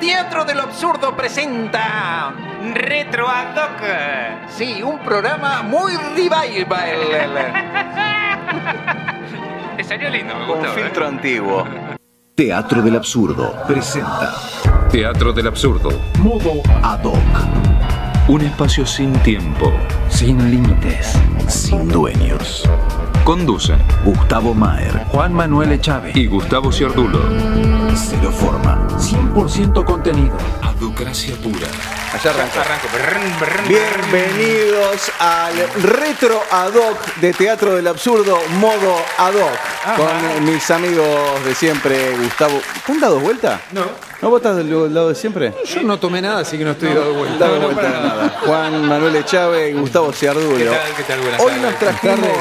Teatro del Absurdo presenta. Retro ad hoc. Sí, un programa muy revival. Te salió lindo, me Con gustó. ¿eh? filtro antiguo. Teatro del Absurdo presenta Teatro del Absurdo. Modo Ad hoc, Un espacio sin tiempo. Sin límites. sin dueños. Conducen Gustavo Maher, Juan Manuel Echave y Gustavo Ciordulo. cero forma, 100% contenido. Aducracia pura. Allá arrancó. Arranco. Brrrm, brrrm. Bienvenidos al retro ad hoc de Teatro del Absurdo, modo ad hoc. Con mis amigos de siempre, Gustavo. ¿Te han dado vuelta? No. ¿No vos estás del lado de siempre? Yo no tomé nada, así que no estoy dado vuelta. Dame vuelta de nada. Juan Manuel Chávez y Gustavo Ciardulo. ¿Qué tal? ¿Qué tal? Buenas Hoy tardes. nos trajimos.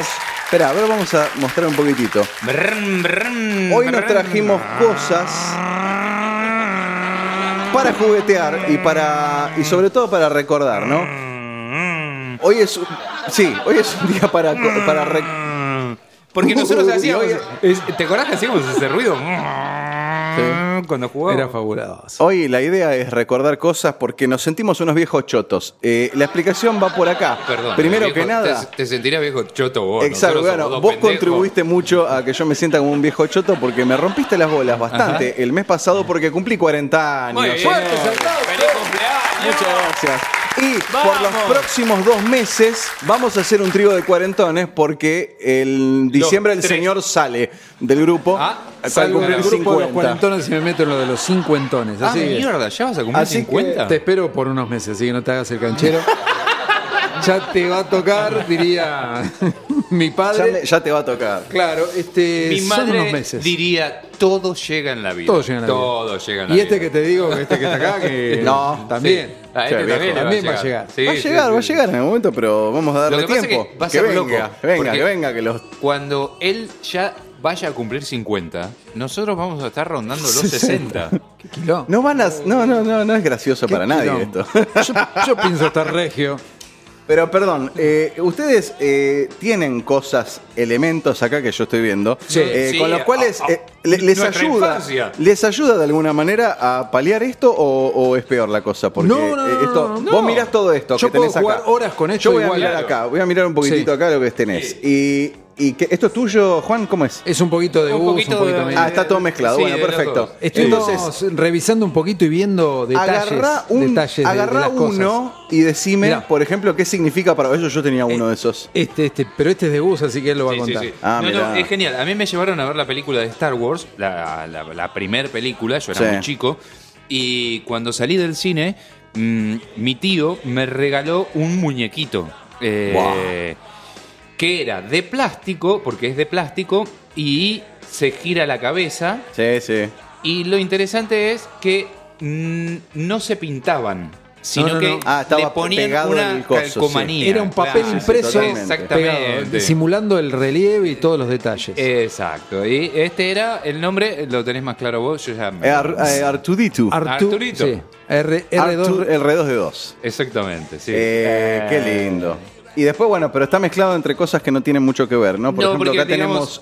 Espera, ahora vamos a mostrar un poquitito. Brrrm, brrrm, Hoy nos brrrm. trajimos cosas para juguetear y para y sobre todo para recordar, ¿no? Mm. Hoy es un- sí, hoy es un día para co- para re- Porque nosotros Uy, hacíamos. oye. es- ¿Te acordás que hacíamos ese ruido? Cuando jugábamos. Era fabuloso. Hoy la idea es recordar cosas porque nos sentimos unos viejos chotos. Eh, la explicación va por acá. Perdón. Primero viejo, que nada, Te, te sentirás viejo choto vos. Ah. Exacto, Nosotros bueno, somos dos vos pendejos. contribuiste mucho a que yo me sienta como un viejo choto porque me rompiste las bolas bastante el mes pasado porque cumplí 40 años. Muy bien. Fuertes aplausos. ¡Feliz cumpleaños! Muchas gracias. Y por los Vamos. próximos dos meses vamos a hacer un trío de cuarentones porque el diciembre el tres. señor sale del grupo. Ah, al Salgo cumplir del grupo de los 50. cuarentones y me meto en lo de los cincuentones. Ah, Así que- mierda, ¿ya vas a cumplir Así que 50? Te espero por unos meses, así que no te hagas el canchero. ya te va a tocar, diría mi Ya, padre. me- ya te va a tocar. Claro, este, Mi son unos madre meses. diría: todo llega en la vida. Todo llega en la vida. Todo llega en la y vida. este que te digo, este que está acá, que No, también. Sí. A este Che, también, le también va a llegar. Sí, va a sí, llegar, sí, va a sí. llegar en el momento, pero vamos a darle Lo que pasa es que tiempo. va a ser venga, loco, que venga, porque- que venga, que los Cuando él ya vaya a cumplir 50, nosotros vamos a estar rondando los 60. Quiló. No van a. No, no, no, no es gracioso para Qué nadie quilombo. esto. Yo, yo pienso estar regio. Pero perdón, eh, ustedes eh, tienen cosas, elementos acá que yo estoy viendo, Sí, eh, sí, con los a- cuales a- eh, le- les nuestra ayuda. infancia. ¿Les ayuda de alguna manera a paliar esto o, o es peor la cosa? Porque No, no, eh, no, esto, no, no. vos mirás todo esto. Yo que tenés puedo jugar acá. horas con esto Yo voy igual. a mirar acá, voy a mirar un poquitito Sí. acá lo que tenés. Y, y que, esto es tuyo, Juan, ¿cómo es? Es un poquito de Un bus, poquito un poquito de- medio. Ah, está todo mezclado. Sí, bueno, de los perfecto. dos. Estuvimos Entonces, revisando un poquito y viendo detalles, agarrá un, detalles de- de, agarrá las cosas. uno y decime, Mirá. por ejemplo, qué significa para ellos. Yo tenía uno de esos. Este, este, pero este es de bus, así que él lo va a Sí, sí, contar. sí. Ah, no, no, mirá. es genial. A mí me llevaron a ver la película de Star Wars, la, la, primera película, yo era Sí. muy chico, y cuando salí del cine, mm, mi tío me regaló un muñequito. eh, Que era de plástico, porque es de plástico, y se gira la cabeza. Sí, sí. Y lo interesante es que mm, no se pintaban, sino no, no. que Ah, estaba le ponían pegado una el coso, sí. calcomanía. Era un papel Claro, impreso totalmente. Exactamente. Eh, pegado, simulando el relieve y todos los detalles. Exacto. Y este era el nombre, lo tenés más claro vos, yo ya me- Eh, Ar- eh, Artuditu. Artu- Arturito. sí. R, Artur- R2. Ah, el R2D2. Exactamente, sí. Eh, qué lindo. Y después, bueno, pero está mezclado entre cosas que no tienen mucho que ver, ¿no? Por No, ejemplo, porque, acá tenemos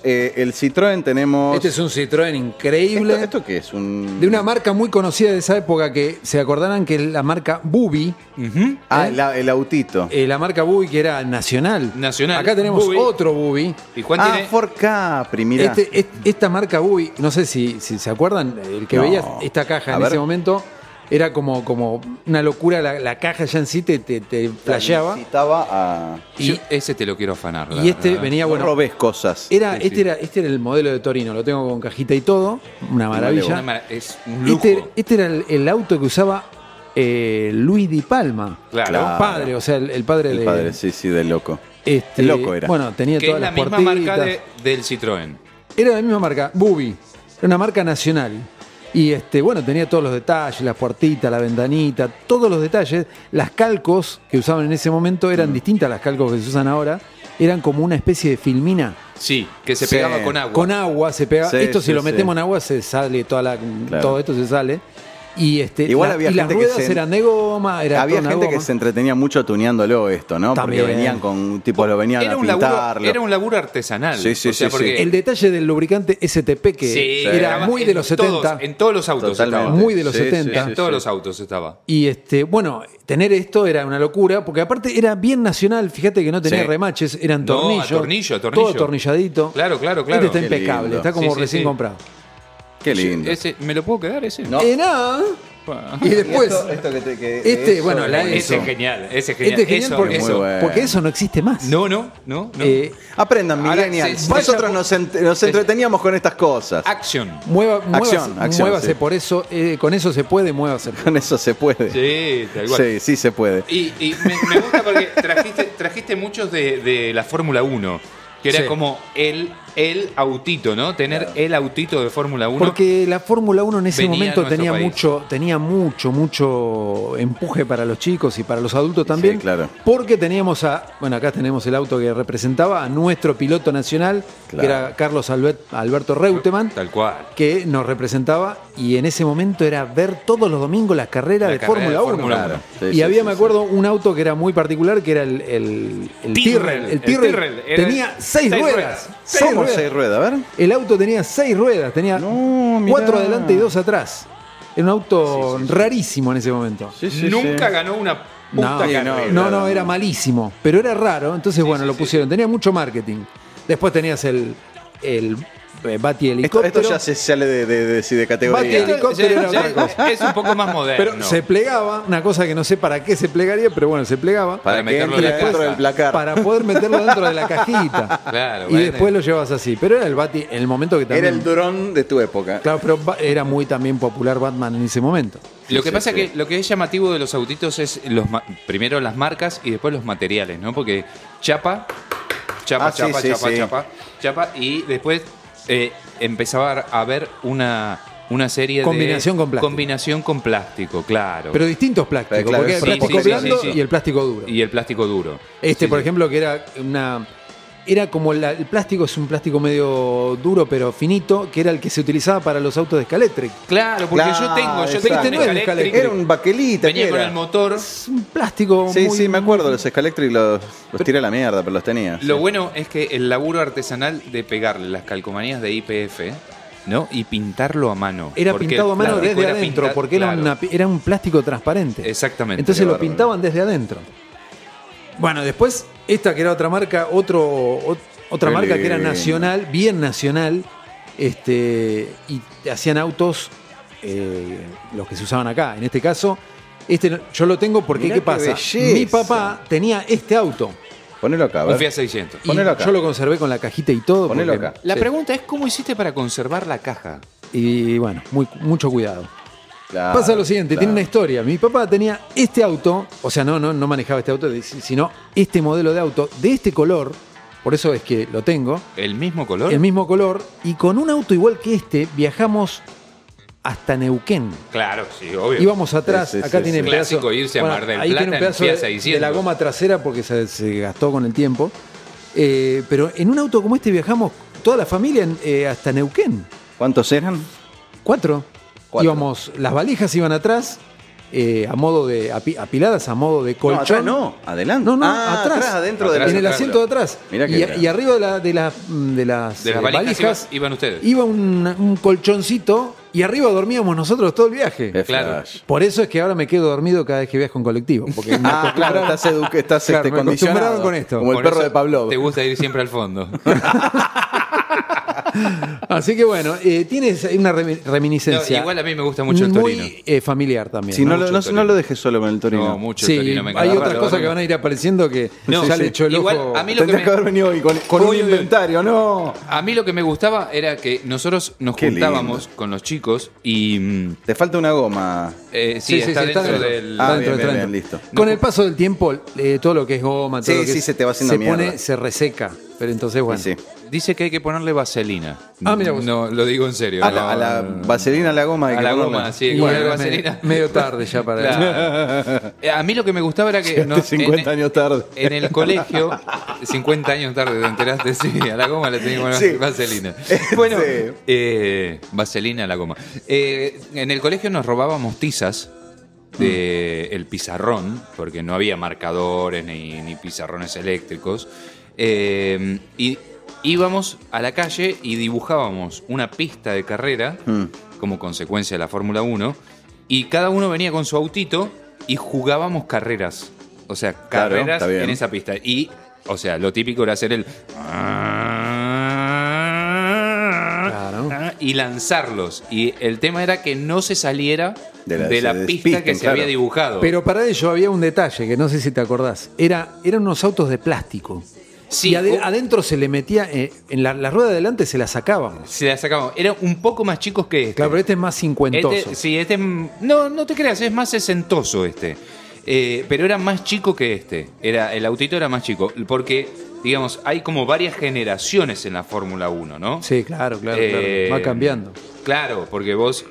digamos- eh, el Citroën, tenemos. Este es un Citroën increíble. ¿Esto, esto qué es? Un... de una marca muy conocida de esa época que se acordarán que es la marca Bubi, Ujú. Ah, la- el autito. eh, la marca Bubi que era nacional. Nacional. Acá tenemos Bubi. otro Bubi. ¿Y Juan ah, tiene? Ford Capri, mirá. Este- est- esta marca Bubi, no sé si, si se acuerdan, el que No. veías esta caja A en ver. ese momento era como, como una locura, la, la caja ya en sí te, te, te flasheaba. Necesitaba a. Yo- y- ese te lo quiero afanar. la Y este verdad. venía, Bueno, bueno, robes cosas. Era, Sí, sí. Este, era, este era el modelo de Torino, lo tengo con cajita y todo, una Una maravilla. mara- Es un lujo. Este, este era el, el auto que usaba eh, Luis Di Palma, Claro. Claro. padre, o sea, el, el padre El de... padre, sí, sí, del loco. este, El loco era. Bueno, tenía que todas es la las misma puertitas. marca de- del Citroën. Era la misma marca, Bubi, era una marca nacional. Y este, bueno, tenía todos los detalles, las puertitas, la ventanita, todos los detalles. Las calcos que usaban en ese momento Mm. eran distintas a las calcos que se usan ahora. Eran como una especie de filmina. Sí, que se Sí. pegaba con agua. Con agua se pega. Sí, esto si sí, lo metemos sí. en agua se sale toda la, todo esto se sale. Y, este, Igual la- había y las gente que ruedas se- eran de goma, era Había toda una gente que goma. se entretenía mucho tuneándolo esto, ¿no? Porque También. venían con tipo, lo venían Era a un, laburo, pintarlo. era un laburo artesanal. Sí, sí, o sea, sí, porque sí. El detalle del lubricante STP que Sí, era estaba muy en de los 70. todos- en todos los autos Totalmente. estaba. muy de los Sí, sí, 70. en todos los autos estaba. Y este, bueno, tener esto era una locura, porque aparte era bien nacional, fíjate que no tenía Sí. remaches, eran No, a tornillos. tornillo, a tornillo. Todo atornilladito. Claro, claro, claro. Este Qué está impecable, lindo. está como Sí, sí, recién sí. comprado. Qué lindo. Ese, ¿Me lo puedo quedar ese? No. Eh, nada. Y después, que te- que- Pues, este, eso bueno, la- es- Ese Eso. es genial, ese es genial. este es genial Eso, porque, muy eso. bueno. porque eso no existe más. No, no, no. no. Eh, Aprendan, Ahora, millennials. sí, sí, Nosotros sí. Ah. nos, ent- nos entreteníamos con estas cosas. Action. mueva- muévase, Acción, acción, muévase sí. por eso, eh, con eso se puede, muévase. Con eso se puede. Sí, tal cual. Sí, sí se puede. Y, y me, me gusta porque trajiste, trajiste muchos de, de la Fórmula 1, que era Sí. como el, el autito, ¿no? Tener el autito de Fórmula 1. Porque la Fórmula 1 en ese venía a momento nuestro tenía país. mucho, tenía mucho, mucho empuje para los chicos y para los adultos también. claro. Porque teníamos a, bueno, acá tenemos el auto que representaba a nuestro piloto nacional, Claro. que era Carlos Albert- Alberto Reutemann, Tal cual. que nos representaba y en ese momento era ver todos los domingos las carreras La de carrera de Fórmula 1. Fórmula Claro. uno. Sí, y sí, había, sí, me sí. acuerdo, un auto que era muy particular, que era el, el, el Tyrrell, Tyrrell. el El Tyrrell, Tyrrell, era- tenía seis, seis ruedas. ruedas. Seis ¿Cómo ruedas. seis ruedas? A ver. El auto tenía seis ruedas, tenía No, mirá. cuatro adelante y dos atrás. Era un auto rarísimo en ese momento. Nunca ganó una puta No, carrera. no, no, era malísimo, pero era raro, entonces bueno, lo pusieron, tenía mucho marketing. Después tenías el, el eh, Bati Esto, helicóptero. esto ya se sale de, de, de- sí, de Bati categoría. helicóptero Ya- era ya otra cosa. es un poco más moderno. Pero se plegaba, una cosa que no sé para qué se plegaría, pero bueno, se plegaba Para, Para que meterlo entre en la dentro casa. del placar. para poder meterlo dentro de la cajita. Claro, y bueno. después lo llevabas así. Pero era el Bati en el momento que también. Era el dron de tu época. Claro, pero ba- era muy también popular Batman en ese momento. Lo que Sí, pasa sí. es que lo que es llamativo de los autitos es los ma- primero las marcas y después los materiales, ¿no? Porque chapa, chapa, Ah, sí, chapa, sí, chapa, sí. chapa, chapa, y después eh, empezaba a haber una, una serie Combinación de con plástico. combinación con plástico, claro. Pero distintos plásticos, Claro, porque sí, hay el plástico sí, sí, blando sí, sí. y el plástico duro. y el plástico duro. Este, Sí, por sí. ejemplo, que era una. Era como la- el plástico es un plástico medio duro pero finito, que era el que se utilizaba para los autos de Scalectric. Claro, porque yo Claro, tengo, yo exacto. tengo Este no era un Escalec- Escalectric, Era un baquelita. venía ¿qué con era? el motor. Es un plástico. Sí, muy- sí, me acuerdo. Los Scalectric los, los tiré a la mierda, pero los tenía. Lo sí. bueno es que el laburo artesanal de pegarle las calcomanías de IPF, ¿no? Y pintarlo a mano. Era Porque pintado a el mano plástico desde era adentro, pinta- porque era, claro. una pi- era un plástico transparente. Exactamente. Entonces qué lo bárbaro. pintaban desde adentro. Bueno, después, esta que era otra marca, otro, o- otra Qué marca que era lindo. nacional, bien nacional, este, y te hacían autos, eh, los que se usaban acá. En este caso, este no- yo lo tengo porque, Mirá ¿qué qué pasa? belleza. Mi papá tenía este auto. Ponelo acá, a ver. Un Fiat 600. Y Ponelo acá. yo lo conservé con la cajita y todo. Ponelo porque- acá. La sí. pregunta es, ¿cómo hiciste para conservar la caja? Y bueno, muy- mucho cuidado. Claro, Pasa lo siguiente, claro. tiene una historia. Mi papá tenía este auto, o sea, no, no, no manejaba este auto, sino este modelo de auto de este color, por eso es que lo tengo, ¿El mismo color? el mismo color, y con un auto igual que este viajamos hasta Neuquén. Claro, sí, obvio. Íbamos atrás, Sí, sí, acá sí, sí. tiene el pedazo, Clásico irse a Mar del ahí tiene Plata un en pedazo Fiat de- de, 600. la goma trasera porque se, se gastó con el tiempo. Eh, pero en un auto como este viajamos toda la familia en- eh, hasta Neuquén. ¿Cuántos eran? Cuatro. Cuatro. Íbamos, las valijas iban atrás, eh, a modo de api- apiladas, a modo de No, atrás colchón. no, adelante. No, no, Ah, atrás. adentro de Atrás, en el atrás. asiento de atrás. Mirá qué y, bien. y arriba de, la- de las- de las, De las eh, valijas valijas iba- iban ustedes. Iba un, un colchoncito y arriba dormíamos nosotros todo el viaje. Qué Claro. flash. Por eso es que ahora me quedo dormido cada vez que viajo en colectivo. Porque me Ah, claro, estás, edu- estás Claro, este, me acostumbraron condicionado. con esto. Como el Por perro eso de Pablo. Te gusta ir siempre al fondo. Así que bueno, eh, tiene esa- una remi- No, reminiscencia. igual a mí me gusta mucho el muy, Torino. eh, familiar también. Si no, lo, mucho no, el no Torino. lo dejes solo con el Torino. No, mucho el Sí, Torino me hay encanta. otras Bárbaro, cosas que bárbaro. van a ir apareciendo que No, ya sí, le sí. echó el Igual, ojo. a mí lo que Tendrías me- que haber venido hoy con, con Uy, un uy, uy. inventario, no. A mí lo que me gustaba era que nosotros nos Qué lindo. juntábamos con los chicos y... mm, Te falta una goma. eh, sí, está dentro del... Ah, está dentro bien, del bien, tren. bien, listo. Con el paso del tiempo, eh, todo lo que es goma, todo Sí, lo que sí, es- se te va haciendo se mierda. pone, se reseca. Pero entonces, bueno. Sí. Dice que hay que ponerle vaselina. Ah, mira vos. No, lo digo en serio. A la, a la no, no, no. vaselina, a la goma. hay A que la ponerla. goma, sí. hay que Bueno, ponerle me- vaselina. medio tarde ya para Claro. Eh, A mí lo que me gustaba era que. Llegaste 50 años tarde. En el colegio, 50 años tarde, te enteraste, sí, a la goma le tenía que poner Sí. vaselina. Este- Bueno, eh, vaselina a la goma. Eh, en el colegio nos robábamos tizas Mm. de el pizarrón, porque no había marcadores ni, ni pizarrones eléctricos. Eh, y íbamos a la calle y dibujábamos una pista de carrera Mm. como consecuencia de la Fórmula 1. Y cada uno venía con su autito y jugábamos carreras. O sea, Claro, carreras está bien. en esa pista. Y, o sea, lo típico era hacer el. Y lanzarlos. Y el tema era que no se saliera de De la, la- se pista que despisten, se claro. había dibujado. Pero para ello había un detalle que no sé si te acordás. Era, eran unos autos de plástico. Sí, uh, y ade- o- adentro se le metía, eh, en la, la rueda de adelante se la sacábamos. se la sacamos. Eran un poco más chicos que este. Claro, pero este es más cincuentoso. Este- sí, este. No, no te creas, es más sesentoso este. Eh, pero era más chico que este. Era, el autito era más chico. Porque, digamos, hay como varias generaciones en la Fórmula 1, ¿no? Sí, claro, claro, Eh, claro. Va cambiando. Claro, porque vos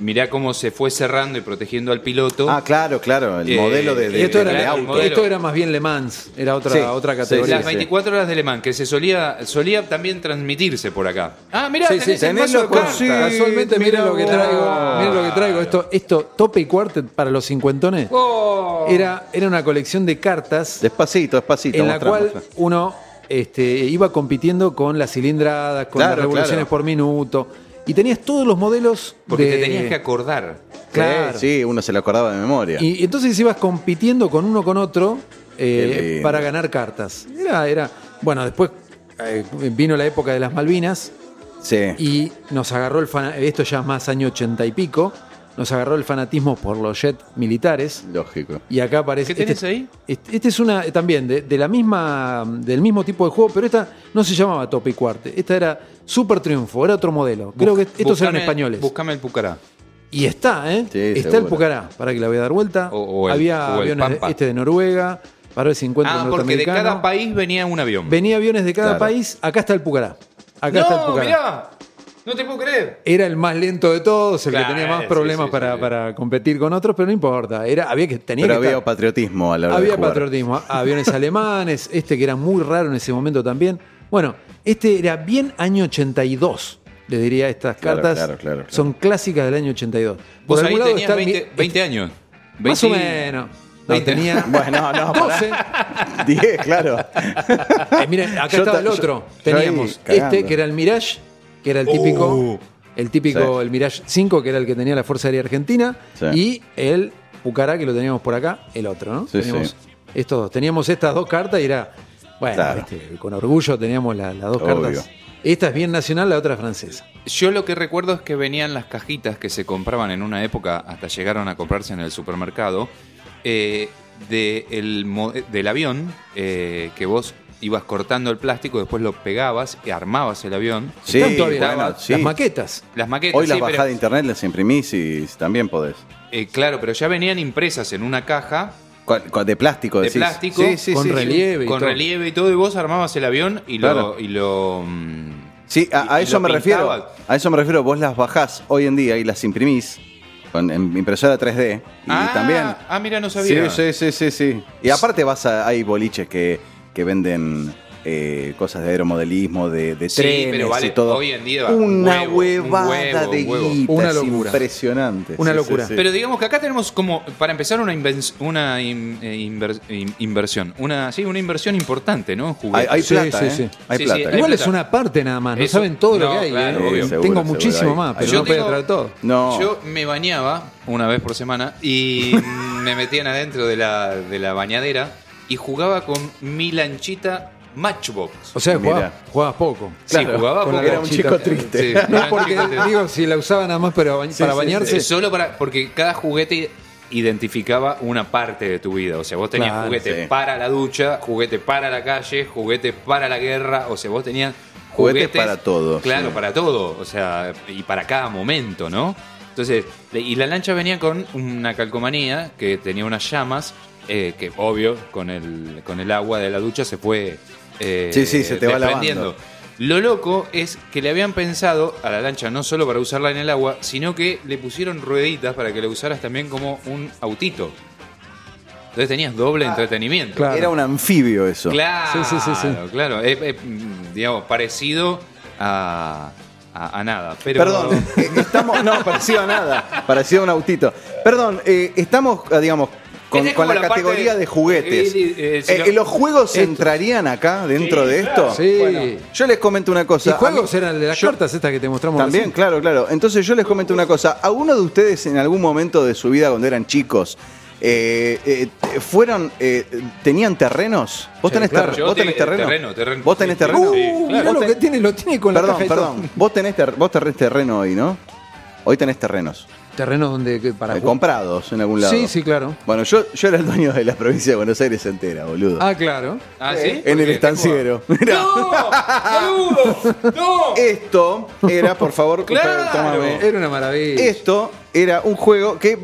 mirá cómo se fue cerrando y protegiendo al piloto. Ah, claro, claro. El Eh, modelo de, de- Y esto, de era, auto. modelo. esto era más bien Le Mans, era otra, Sí, otra sí, categoría. Las 24 horas de Le Mans, que se solía, solía también transmitirse por acá. Ah, mirá, Sí, sí, tenés el tenés mazo de los cosas. cartas. Sí, Casualmente, mira miren lo que vos. traigo. Miren lo que traigo. Esto, esto tope y cuarto para los cincuentones. Oh. Era, era una colección de cartas Despacito, despacito. eh. en la mostrá, cual mostrá. uno este, iba compitiendo con las cilindradas, con Claro, las revoluciones claro. por minuto. Y tenías todos los modelos Porque de- te tenías que acordar. Claro. Sí, sí, uno se lo acordaba de memoria. Y, y entonces ibas compitiendo con uno con otro eh, Qué lindo. para ganar cartas. Era, era. Bueno, después eh, vino la época de las Malvinas sí. y nos agarró el fana- esto ya es más año ochenta y pico, nos agarró el fanatismo por los jet militares. Lógico. Y acá aparece. ¿Qué tenés este- ahí? Este, este es una eh, también de, de la misma, del mismo tipo de juego, pero esta no se llamaba Tope y Cuarte. Esta era Super Triunfo, era otro modelo. Creo que estos eran Buscame- españoles. Buscame el Pucará. Y está, ¿eh? Sí, está el seguro. Pucará, para que la voy a dar vuelta. O- o el- Había o el aviones de- Pampa. este de Noruega, para el 50 Ah, porque de cada país venía un avión. Venía aviones de cada Claro. país, acá está el Pucará. Acá no, está el Pucará. mirá. No te puedo creer. Era el más lento de todos, el Claro, que tenía más sí, problemas sí, para, sí. para competir con otros, pero no importa. Era, había que, tenía Pero que había estar. patriotismo a la hora de Había jugar. patriotismo, a- aviones alemanes, este que era muy raro en ese momento también. Bueno, este era bien año 82, le diría estas Claro, cartas. claro, claro, claro. Son clásicas del año 82. Vos Por ahí algún lado tenías está el mi- 20, 20 años. Más 20. o menos. No, 20. tenía Bueno, no, pará. 12. 10, claro. Eh, miren, acá Yo estaba ta- el yo- otro. yo ahí Teníamos cagando. Uh. este, que era el Mirage, que era el típico. el típico, Sí. el Mirage 5, que era el que tenía la Fuerza Aérea Argentina. Sí. Y el Pucará, que lo teníamos por acá, el otro, ¿no? Sí, teníamos sí. estos dos. Teníamos estas dos cartas y era. Bueno, Claro. viste, con orgullo teníamos la- las dos Obvio. cartas. Esta es bien nacional, la otra es francesa. Yo lo que recuerdo es que venían las cajitas que se compraban en una época, hasta llegaron a comprarse en el supermercado, eh, de el mo- del avión, eh, que vos ibas cortando el plástico, después lo pegabas y armabas el avión. Sí, Están todavía bueno, las, sí. las maquetas. Las maquetas, Hoy las sí, bajás pero- de internet, las imprimís y también podés. eh, claro, pero ya venían impresas en una caja Cu- cu- De plástico, de decís. plástico Sí, sí, con sí, sí. relieve. y con todo. relieve y todo, y vos armabas el avión y lo... Claro. Y lo mm, Sí, a, a Y- y eso lo me refiero. pintabas. A eso me refiero. Vos las bajás hoy en día y las imprimís con en impresora 3D. Y ah, también. Ah, mira, no sabía. Sí, sí, sí, sí, sí. Y aparte vas a, hay boliches que, que venden eh, cosas de aeromodelismo, de, de Sí, trenes pero vale, y todo. hoy en día un una huevo, un huevada huevo, de un huevo. guita, Una es locura. impresionante. Una Sí, locura. sí, sí. Pero digamos que acá tenemos como, para empezar, una, inven- una in- eh, inver- in- inversión. Una, sí, una inversión importante, ¿no? En hay, juguetes. hay Sí, plata, sí, ¿eh? sí. Hay Sí, sí, plata. hay Igual es plata. una parte nada más, no Eso- saben todo no, lo que hay. claro, ¿eh? obvio. Tengo Seguro, muchísimo seguro, hay- más, pero hay- no Yo podía tengo- traer todo. No. Yo me bañaba una vez por semana y me metían adentro de la, de la bañadera y jugaba con mi lanchita Matchbox. O sea, Mira. jugabas, jugabas poco. sí, jugaba con la porque Era un lanchita. chico triste. Sí, era No, un porque chico triste. digo, si la usaba nada más para, bañ- para sí, bañarse. Eh, Solo para. Porque cada juguete identificaba una parte de tu vida. O sea, vos tenías Claro, juguete sí. para la ducha, juguete para la calle, juguete para la guerra. O sea, vos tenías Juguetes juguetes. para todo, Claro, sí. para todo. O sea, y para cada momento, ¿no? Entonces, le- y la lancha venía con una calcomanía que tenía unas llamas. eh, que obvio, con el, con el agua de la ducha se fue eh, Sí, sí, se te va desprendiendo. lavando. Lo loco es que le habían pensado a la lancha no solo para usarla en el agua, sino que le pusieron rueditas para que la usaras también como un autito. Entonces tenías doble Ah, entretenimiento. claro. Era un anfibio eso. Claro, Sí, sí, sí, sí. claro. Es, es, mm, digamos, parecido a, a- a nada. Pero, Perdón, eh, estamos. No, parecido a nada. Parecido a un autito. Perdón, eh, estamos, ah, digamos, con, Esta es con como la, la parte categoría de- de juguetes. eh, eh, si Eh, lo- ¿Los juegos entrarían acá dentro de esto? Sí. Yo les comento una Los cosa. A juegos mí- eran el de las yo- cartas estas que te mostramos También, recién. claro, claro. Entonces yo les comento una cosa. ¿A uno de ustedes en algún momento de su vida cuando eran chicos eh, eh, t- fueron, eh, tenían terrenos? ¿Vos Sí, tenés, claro. terre- Yo ¿vos te- tenés terreno? terreno, terreno. ¿Vos tenés Sí, sí, terreno? sí, claro. Uh, mirá lo que tiene, lo tiene con la Perdón, caja y perdón. Vos tenés, ter- vos tenés terreno hoy, ¿no? Hoy tenés terrenos. todo. Terrenos donde que- para eh, comprados en algún lado. Sí, sí, claro. Bueno, yo, yo era el dueño de la provincia de Buenos Aires entera, boludo. Ah, claro. Ah, ¿sí? ¿Por en el qué? estanciero. Mirá. ¡No! ¡Saludos! ¡No! Esto era, por favor, Claro. tómame. Era una maravilla. Esto era un juego que.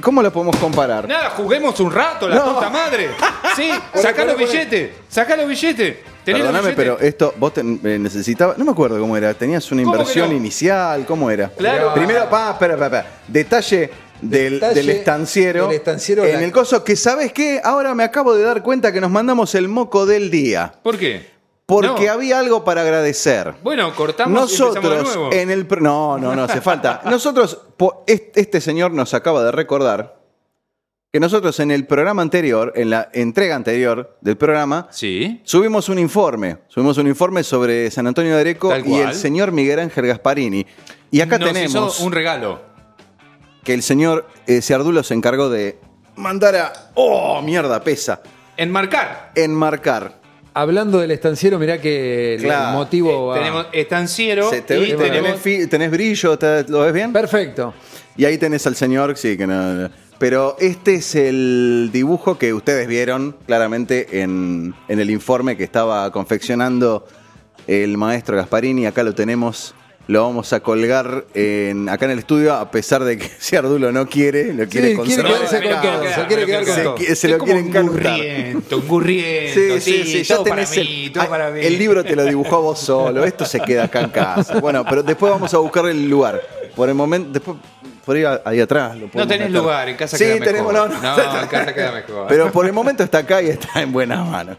¿Cómo lo podemos comparar? Nada, juguemos un rato, la No. puta madre. Sí, sacá los billetes, sacá los billetes. ¿Tenés los Perdóname, billetes? pero esto vos ten- eh, necesitabas. No me acuerdo cómo era. Tenías una ¿Cómo que inversión no? inicial, ¿cómo era? Claro. Primero, pa, espera, espera, espera. Detalle. Del, Detalle del estanciero, del estanciero, en la- el coso que sabes qué ahora me acabo de dar cuenta que nos mandamos el moco del día ¿Por qué? eh, porque No. había algo para agradecer Bueno, cortamos y empezamos de nosotros nuevo. en el pro- no no no hace falta nosotros po- est- este señor nos acaba de recordar que nosotros en el programa anterior en la entrega anterior del programa Sí. Subimos un informe, subimos un informe sobre San Antonio de Areco Tal y cual. el señor Miguel Ángel Gasparini. Y acá Nos tenemos hizo un regalo. que el señor eh, Ciardulo se encargó de mandar a... ¡Oh, mierda, pesa! Enmarcar. Enmarcar. Hablando del estanciero, mirá que el- Claro. el motivo. Eh, ah, Tenemos estanciero Se te- y tenés, tenemos... fi- tenés brillo, te- ¿lo ves bien? Perfecto. Y ahí tenés al señor, sí, que no... no. Pero este es el dibujo que ustedes vieron claramente en, en el informe que estaba confeccionando el maestro Gasparini. Acá lo tenemos, lo vamos a colgar en, acá en el estudio, a pesar de que Ciardulo no quiere, lo quiere Sí, quiere conservar. quedarse No, con me todo. quiero Se quedar, quiere me quedar quiero con se, todo. qui- se lo como quieren un cantar. gurriento, un gurriento, sí, todo para mí, el, todo ah, para mí. el libro te lo dibujó vos solo, esto se queda acá en casa. Bueno, pero después vamos a buscar el lugar. Por el momento, después, por ahí, a- ahí atrás. Lo No podemos tenés meter. lugar, en casa sí, queda tenemos, mejor. no, no. No, en casa queda mejor. Pero por el momento está acá y está en buenas manos.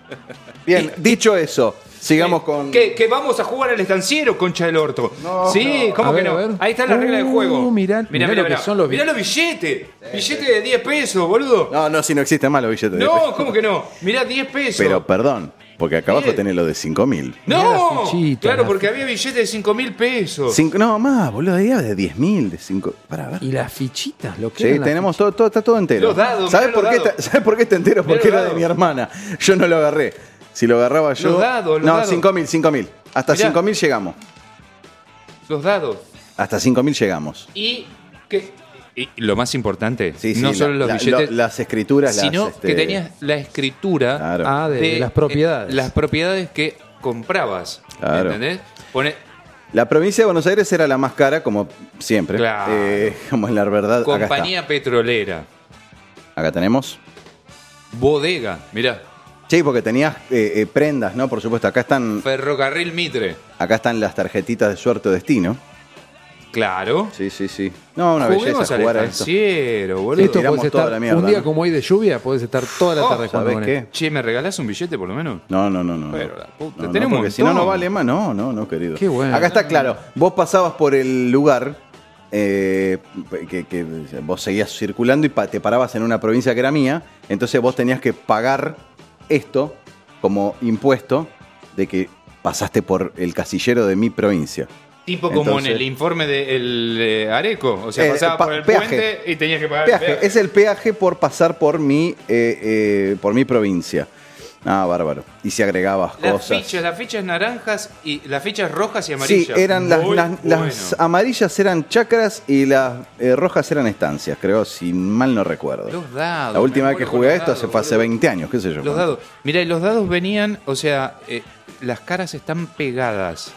Bien, dicho eso, sigamos con... Que, que vamos a jugar al estanciero, concha del orto. sí, ¿cómo A que ver, no? a ver. Ahí está la regla del Uh, juego. mirá- mirá lo que son los Mirá los billetes. Billetes de 10 pesos, boludo. No, no, si no existen más los billetes. de No, peso. ¿cómo que no? Mirá 10 pesos. Pero perdón, porque acá abajo Bien. tenés lo de 5 mil. Mirá no, las fichitas, claro, las porque había billetes de 5 mil pesos. Cinco- No, más, boludo, ahí había de 10 mil, de 5... Para ver. Y las fichitas, lo que Sí, eran las tenemos todo, todo- está todo entero. Los dados, ¿Sabes mirá los por, qué dados. está- ¿sabes por qué está entero? Mirá Porque los era de dados. mi hermana. Yo no lo agarré. Si lo agarraba yo. Los dados, los no, dados. 5000, 5000. Hasta Mirá. 5000 llegamos. Los dados. Hasta 5000 llegamos. Y que. y lo más importante, Sí, sí, no la- solo los la- billetes, lo- las escrituras, las, sino este, que tenías la escritura Claro. Ah, de, de las propiedades. eh, las propiedades que comprabas. Claro. ¿Entendés? Pone, La provincia de Buenos Aires era la más cara, como siempre. Claro. Eh, como en la verdad. acá está. Compañía petrolera. Acá, tenemos. Bodega, mirá. Sí, porque tenías eh, eh, prendas, ¿no? Por supuesto, acá están, Ferrocarril Mitre. acá están las tarjetitas de suerte o destino. Claro. Sí, sí, sí. No, una Juguemos belleza al jugar a esto. estanciero, boludo. Esto Tiramos podés toda estar la mierda, un día ¿no? como hoy de lluvia, podés estar toda la Oh, tarde jugando ¿sabés con qué? esto. Che, ¿me regalás un billete por lo menos? No, no, no, no. Pero no. la puta, No, no, tenemos porque un si no, no montón. vale más. No, no, no, querido. Qué bueno. Acá está claro. Vos pasabas por el lugar eh, que, que vos seguías circulando y pa- te parabas en una provincia que era mía. Entonces vos tenías que pagar esto como impuesto de que pasaste por el casillero de mi provincia. Tipo como Entonces- en el informe del Areco. O sea, Eh, pasabas pa- por el peaje. puente y tenías que pagar el Peaje. peaje. Es el peaje por pasar por mi, eh, eh, por mi provincia. Ah, bárbaro. Y si agregabas Las cosas. fichas, las fichas naranjas y las fichas rojas y Sí, amarillas. eran las, Muy las- bueno. las amarillas eran chacras y las eh, rojas eran estancias, creo, si mal no recuerdo. Los dados, La última me vez que muero con jugué a los esto dados, se fue hace boludo. 20 años, qué sé yo. Los dados. Mirá, y los dados venían, o sea, eh, las caras están pegadas.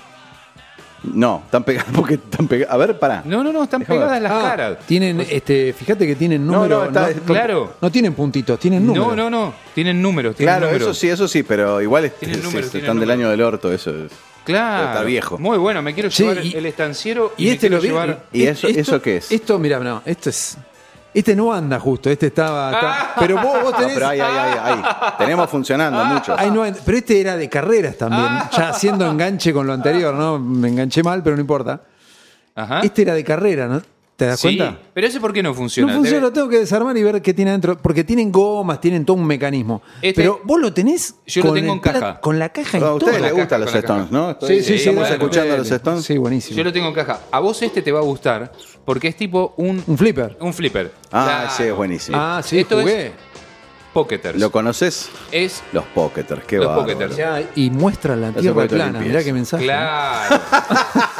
No, están pegadas porque están pegadas. A ver, pará. No, no, no, están Déjame pegadas ver. las Ah, caras. Tienen, este, fíjate que tienen No, números. no, está- claro. No tienen puntitos, tienen números. No, no, no. Tienen números, tienen Claro, números. eso sí, eso sí, pero igual este es- Tienen sí, números, están tienen del números. año del orto, eso. es. Claro. Está viejo. Muy bueno, me quiero Sí, llevar y- el estanciero y, Y este me lo quiero vi. llevar. ¿Y eso- eso qué es? Esto, mira, no, esto es. Este no anda justo, este estaba. Ah. está- pero vos, vos No, tenés. pero ahí, ahí, ahí, ahí. Tenemos funcionando mucho. Ay, no, pero este era de carreras también, Ah. ya haciendo enganche con lo anterior, ¿no? Me enganché mal, pero no importa. Ajá. Este era de carrera, ¿no? ¿Te das Ah. sí, cuenta? pero ese por qué no No funciona. funciona, Debe- lo tengo que desarmar y ver qué tiene adentro. Porque tienen gomas, tienen todo un mecanismo. Este- pero vos lo tenés. Yo lo con tengo el en caja. pla- Con la caja y No, a todo. ustedes les la caja, gustan los con la Stones, caja. ¿no? Sí, sí, sí, Estamos bueno, escuchando a los Stones. Sí, buenísimo. Yo lo tengo en caja. A vos este te va a gustar porque es tipo un, Un flipper. un flipper. Ah, Claro. sí, es buenísimo. Ah, sí, Esto es- jugué. Pocketers. ¿Lo conoces? es Los Pocketers, qué Los bárbaro. Pocketers. Ya, y muestra la Gracias tierra por tu plana. limpieza. Mirá qué mensaje. claro.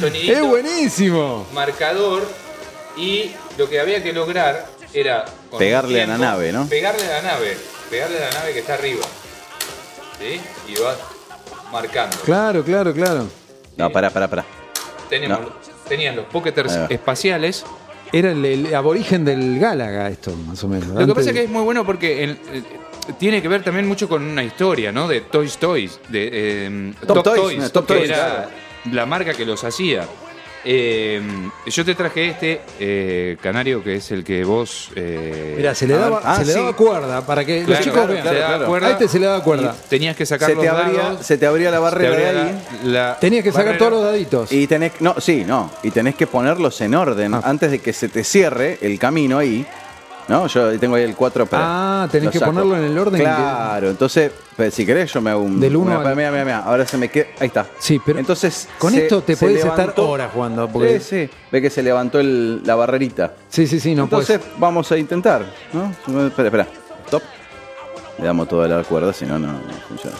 Sonidito, Es buenísimo. marcador y lo que había que lograr era con Pegarle el a la nave, ¿no? Pegarle a la nave, pegarle a la nave que está arriba. ¿Sí? Y vas marcando. Claro, claro, claro. No, pará, pará, pará. Tenemos, No. Tenían los Pocketers Ahí va. espaciales Era el, el aborigen del Gálaga esto, más o menos. Lo que pasa es que es muy bueno porque en- eh, tiene que ver también mucho con una historia, ¿no? De Toy Toys, de eh, Top Top, Toys, Toys, no, Top que Toys, era claro. la marca que los hacía. Eh, yo te traje este, eh, Canario, que es el que vos... eh, Mira, se le A ver, daba, ah, se le sí. daba cuerda para que los claro, chicos claro, vean. se le daba claro. cuerda, a este se le daba cuerda. Tenías que sacar Se los te, abría, dados, se te abría la te barrera abría ahí. la- la Tenías que sacar barrera. todos los daditos. Y tenés, no, sí, no, y tenés que ponerlos en orden Ah. antes de que se te cierre el camino ahí. ¿No? Yo tengo ahí el 4 para. Ah, tenés lo que saco. ponerlo en el orden que- Claro, entonces, pues, si querés, yo me hago un. Del uno una- al- Mira, mira, mira, ahora se me queda. Ahí está. Sí, pero Entonces. con se- esto te se podés estar levantó- horas jugando, porque- Sí, sí. Ve que se levantó el- la barrerita. Sí, sí, sí, no pues. entonces, puedes. vamos a intentar, ¿no? Espera, espera. Stop. Le damos toda la cuerda, si no, no no funciona.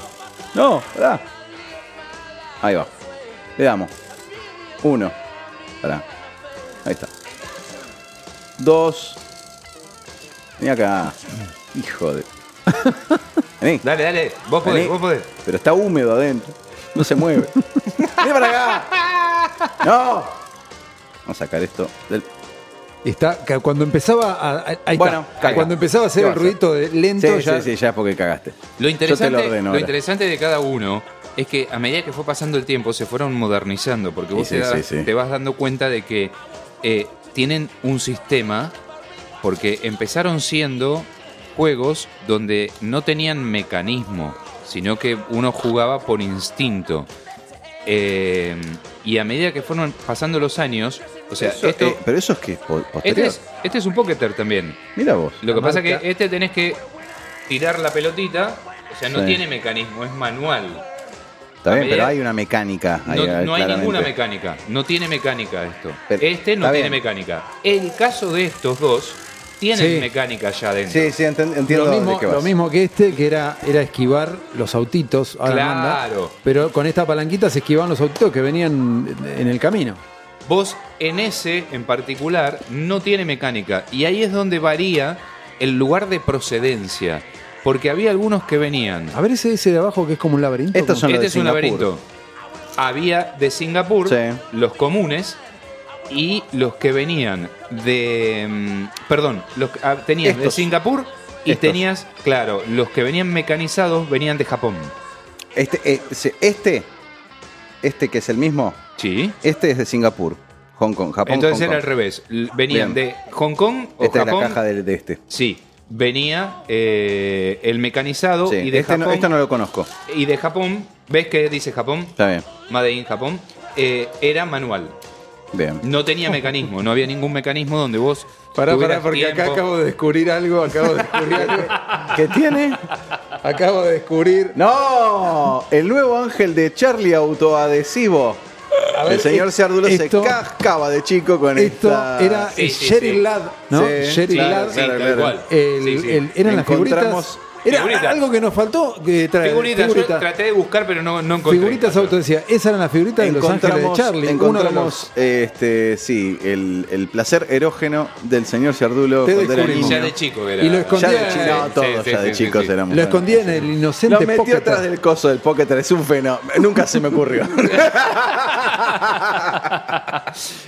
No, ¿verdad? Ahí va. Le damos. Uno. Pará. Ahí está. Dos. Vení acá. Hijo de. Vení. Dale, dale, vos podés, Vení. vos podés. Pero está húmedo adentro. No se mueve. Vení para acá. No. Vamos a sacar esto del. Está, ca- cuando empezaba a, a- ahí Bueno, está. caga. cuando empezaba a hacer ¿Qué el va a hacer? ruidito de lento Sí, ya- sí, sí, ya es porque cagaste. Lo interesante, Yo te lo ordeno. lo, ahora. interesante de cada uno es que a medida que fue pasando el tiempo se fueron modernizando, porque vos Sí, te, sí, das- sí, sí. te vas dando cuenta de que eh, tienen un sistema, porque empezaron siendo juegos donde no tenían mecanismo, sino que uno jugaba por instinto. Eh, y a medida que fueron pasando los años, o sea, Eso, esto, eh, pero eso es que es po- este, posterior. es, este es un pocketer también. Mira vos. Lo que La pasa es Ah, marca. que este tenés que tirar la pelotita, o sea, no Sí. tiene mecanismo, es manual. Está bien, medida- pero hay una mecánica. No, ahí, eh, no hay claramente. ninguna mecánica, no tiene mecánica esto. Pero- este no está tiene bien. mecánica. El caso de estos dos tienen Sí. mecánica ya adentro. Sí, sí, enten- entiendo Lo de mismo, qué vas. lo mismo que este, que era, era esquivar los autitos. Ahora no anda, Claro. pero con esta palanquita se esquivaban los autitos que venían en el camino. Vos en ese en particular no tiene mecánica y ahí es donde varía el lugar de procedencia, porque había algunos que venían. A ver ese, ese de abajo que es como un laberinto. Estos como- son los Este de es un Singapur. laberinto. Había de Singapur Sí. los comunes y los que venían de. mm, Perdón, los que- ah, tenías de Estos. Singapur y Estos. tenías, claro, los que venían mecanizados venían de Japón. Este, eh, se- este, este que es el mismo, Sí. este es de Singapur, Hong Kong, Japón. Entonces Hong era al Kong. revés. L- Venían Bien. de Hong Kong o Esta Japón. es la caja de, de este. Sí. Venía eh, el mecanizado Sí, y de este, Japón. no, este no lo conozco. Y de Japón, ¿ves que dice Japón? Está bien, Made in Japón. Eh, era manual. bien. No tenía mecanismo, no había ningún mecanismo donde vos. Pará, pará, tuvieras porque acá tiempo. acabo de descubrir algo, acabo de descubrir algo. ¿Qué tiene? Acabo de descubrir. ¡No! El nuevo ángel de Charlie autoadhesivo. A ver, el señor es- Ciardulo esto- se cascaba de chico con Esto esta- era Sí, el sí, Sherry sí. Ladd, ¿no? Sí, Sherry claro, Ladd, Sí, tal claro. cual. el- Sí, sí. el- eran las Encontramos figuritas Era Figuritas. algo que nos faltó que traer. Figuritas, figurita. yo traté de buscar, pero no, no encontré. Figuritas auto decía, esas eran las figuritas de los ángeles de Charlie. Uno de los- encontramos este, sí, el, el placer erógeno del señor Cerdulo Te cuando era descubrí. Y ya niño. de chico que era. Y lo Ya escondía- de chicos, no, Sí, todos sí, ya sí, de sí, chicos sí. éramos. lo escondía en el inocente Lo metió pocket. atrás del coso del pocket, es un fenómeno. Nunca se me ocurrió.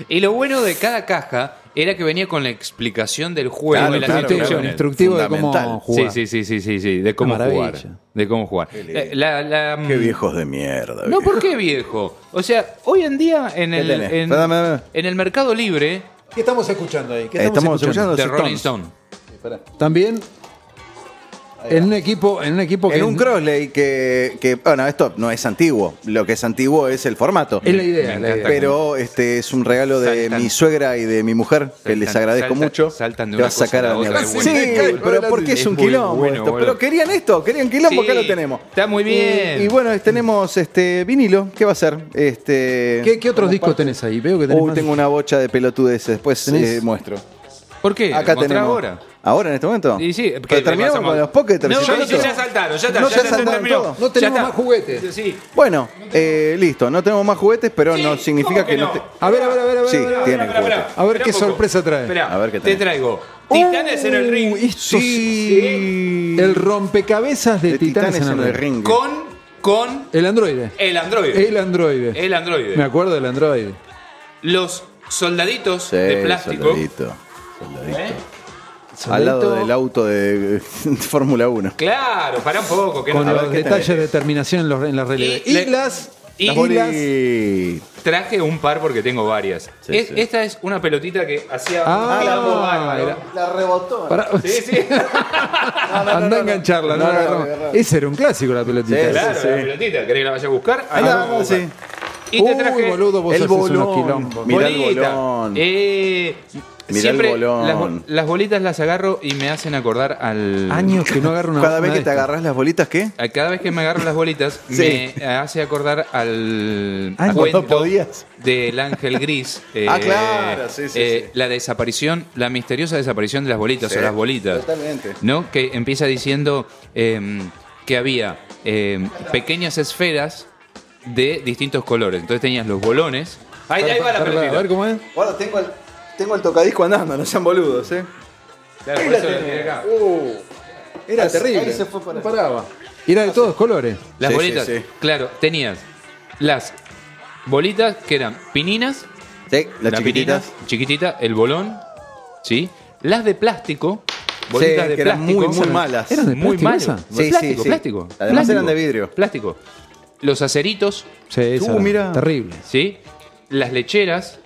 Y lo bueno de cada caja era que venía con la explicación del juego, Claro, de las claro, instructivo, claro. instrucciones. instructivo de Fundamental. cómo jugar. Sí, sí, sí, sí, sí, sí, de cómo Una jugar. maravilla. De cómo jugar. Eh, La- la- la- Qué viejos de mierda. No, viejo. ¿por qué viejo? O sea, hoy en día en ¿Qué el, tenés? en, Perdón, perdón. en el mercado libre ¿Qué estamos escuchando ahí? ¿Qué Eh, Estamos escuchando de los Rolling Stones. Stone. También en un equipo, en un equipo que En un es- crossley que, que, bueno, esto no es antiguo. Lo que es antiguo es el formato. es la idea. Me la idea. encanta. Pero este es un regalo de Saltan. mi suegra y de mi mujer, que Saltan, les agradezco saltan, mucho. saltan de Te una vas a sacar cosa a a la la mierda. otra, Sí, es buenísimo. pero porque es Es un muy quilombo bueno, esto. boludo. Pero querían esto, querían quilombo, Sí, acá lo tenemos. está muy bien. Y, y bueno, tenemos este vinilo, ¿qué va a ser? Este ¿Qué, qué otros discos tenés ahí? Veo que tenés Uy, más. tengo una bocha de pelotudeces, después ¿Tenés? eh, muestro. ¿Por qué? Acá ¿Contra tenemos. ahora. ¿Ahora en este momento? Y sí, que- Pero terminamos pasamos- con los pocketers. No, ¿sí? ya, ya saltaron, ya está, No, ya, ya se saltaron terminó. todo. No Ya tenemos está. más juguetes. Sí. Bueno, eh, listo, no tenemos más juguetes, pero no significa ¿cómo que que no, no? te- A ver, a ver, a ver, a ver. Sí, a ver. tiene Esperá, esperá, juguetes. esperá. A ver Esperá qué un poco. sorpresa trae. Esperá, A ver qué te tenés. traigo. Titanes en el ring. Uh, esto Sí. sí. El rompecabezas de, de Titanes, en el ring. ring. Con, con El androide. el androide. El androide. El androide. Me acuerdo del androide. Los soldaditos Sí, de plástico. soldadito, soldadito. ¿eh? Al lado Soldadito del auto de Fórmula 1. Claro, para un poco. Que Con no- ver los qué detalles de terminación en, los, en las relevas. Y Y, le- las. y- las y bolas. Traje un par porque tengo varias. Sí, Es- sí. Esta es una pelotita que hacía Ah, un quilombo era- bárbaro. La rebotó. Pará. Sí, sí. Andá a engancharla. no, No, no, no, no, no. no, no. Ese era un clásico, la pelotita. Sí, claro, sí. Ah, la pelotita. ¿Querés que la vaya a buscar? Ahí la vamos a sí. buscar. Y te Uy, traje. boludo, vos el haces unos bolón. quilombos. Mirá el Bolita. bolón. Eh, Mirá el siempre bolón. Las, bol- las bolitas las agarro y me hacen acordar al. Años que no agarro una Cada una vez que de te estas. agarras las bolitas, ¿qué? a- Cada vez que me agarro las bolitas, Sí. me hace acordar al Ah, no cuento podías. del ángel gris. eh, Ah, claro, sí, sí, eh, sí. La desaparición, la misteriosa desaparición de las bolitas o las bolitas. totalmente. ¿No? Que empieza diciendo eh, que había eh, pequeñas esferas de distintos colores. Entonces tenías los bolones. Ahí, ahí va la Pará, pará, A ver pelotita. cómo es. Guarda, tengo el, tengo el tocadisco andando, no sean boludos, ¿eh? Claro, por eso la tiré acá. Era terrible. se fue para no paraba. Y era de todos colores. Las Sí, bolitas, sí, sí. claro, tenías las bolitas que eran pininas, Sí, las la pinina, chiquititas. chiquitita, el bolón, ¿sí? Las de plástico, bolitas Sí, de que eran plástico, muy, muy malas. Eran de muy plástico malas. esas. Sí, sí, plástico, sí. plástico. Además plástico, eran de vidrio. Plástico. Los aceritos, Sí, esa Uh, era mira. Terrible. ¿sí? Las lecheras,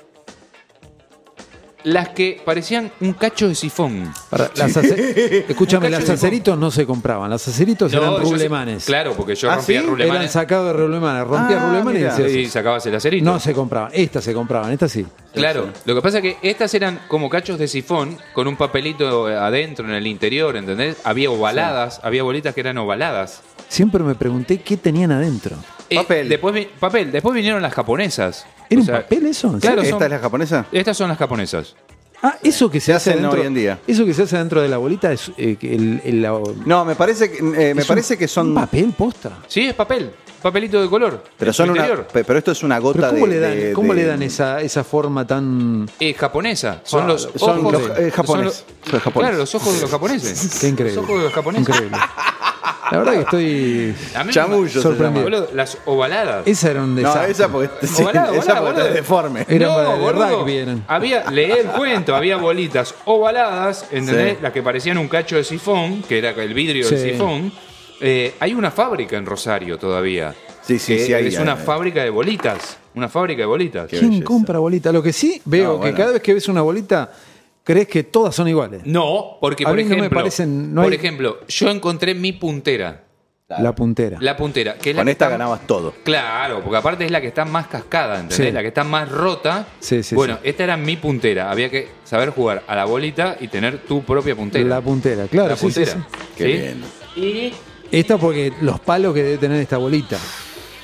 las que parecían un cacho de sifón. Pará, las ace- Escúchame, Un cacho las de aceritos no se compraban. Las aceritos No, eran yo sé- rulemanes. claro, porque yo ¿Ah, rompía sí? Eran rulemanes sacados de rulemanes. Rompías Ah, rulemanes y mira. decías, y sacabas el acerito. No se compraban. Estas se compraban. Estas sí. Claro, lo que pasa es que estas eran como cachos de sifón con un papelito adentro en el interior, ¿entendés? Había ovaladas, había bolitas que eran ovaladas. Siempre me pregunté qué tenían adentro. Eh, Papel. después, vi- papel. Después vinieron las japonesas. ¿Era O un sea, papel eso? ¿En Claro, serio? son- ¿Esta es la japonesa? Estas son las japonesas. Ah, eso que se, hace hacen dentro, hoy en día. Eso que se hace dentro de la bolita es eh, que el, el- la- No, me parece que, eh, me es parece un- que son. un papel posta. Sí, es papel. Papelito de color. Pero en son su una, interior. pe- pero esto es una Pero gota ¿cómo de- le dan, de- cómo de- le dan esa, esa forma tan Es Eh, japonesa. Son Ah, los ojos. son los- de- eh, japones. son los- Son los japoneses. Claro, los ojos de los japoneses. Qué increíble. Los ojos de los japoneses. increíble? La verdad que estoy A mí me- Chamullo se sorprendido. Boludo, las ovaladas. Esa era un No, desastre. esa porque, sí, Ovalado, esa ovalado, porque boludo. está deforme. Era no, para el boludo. rugby, eran. Había, leí el cuento, había bolitas ovaladas, ¿entendés? Sí. Las que parecían un cacho de sifón, que era el vidrio Sí. del sifón. Eh, hay una fábrica en Rosario todavía. Sí, sí, que sí, hay- Es una hay- fábrica de bolitas. Una fábrica de bolitas. Qué ¿Quién belleza. compra bolita? Lo que sí veo No, que bueno. cada vez que ves una bolita crees que todas son iguales. No, porque A por mí no me ejemplo, parecen- no por hay- ejemplo, yo encontré mi puntera. La puntera. La puntera. Que es la Con que esta está- ganabas todo. Claro, porque aparte es la que está más cascada, ¿entendés? Sí. La que está más rota. Sí, sí, bueno, sí. esta era mi puntera. Había que saber jugar a la bolita y tener tu propia puntera. La puntera, claro. la sí, sí, puntera. sí. Qué ¿Sí? bien. Y Esta porque los palos que debe tener esta bolita.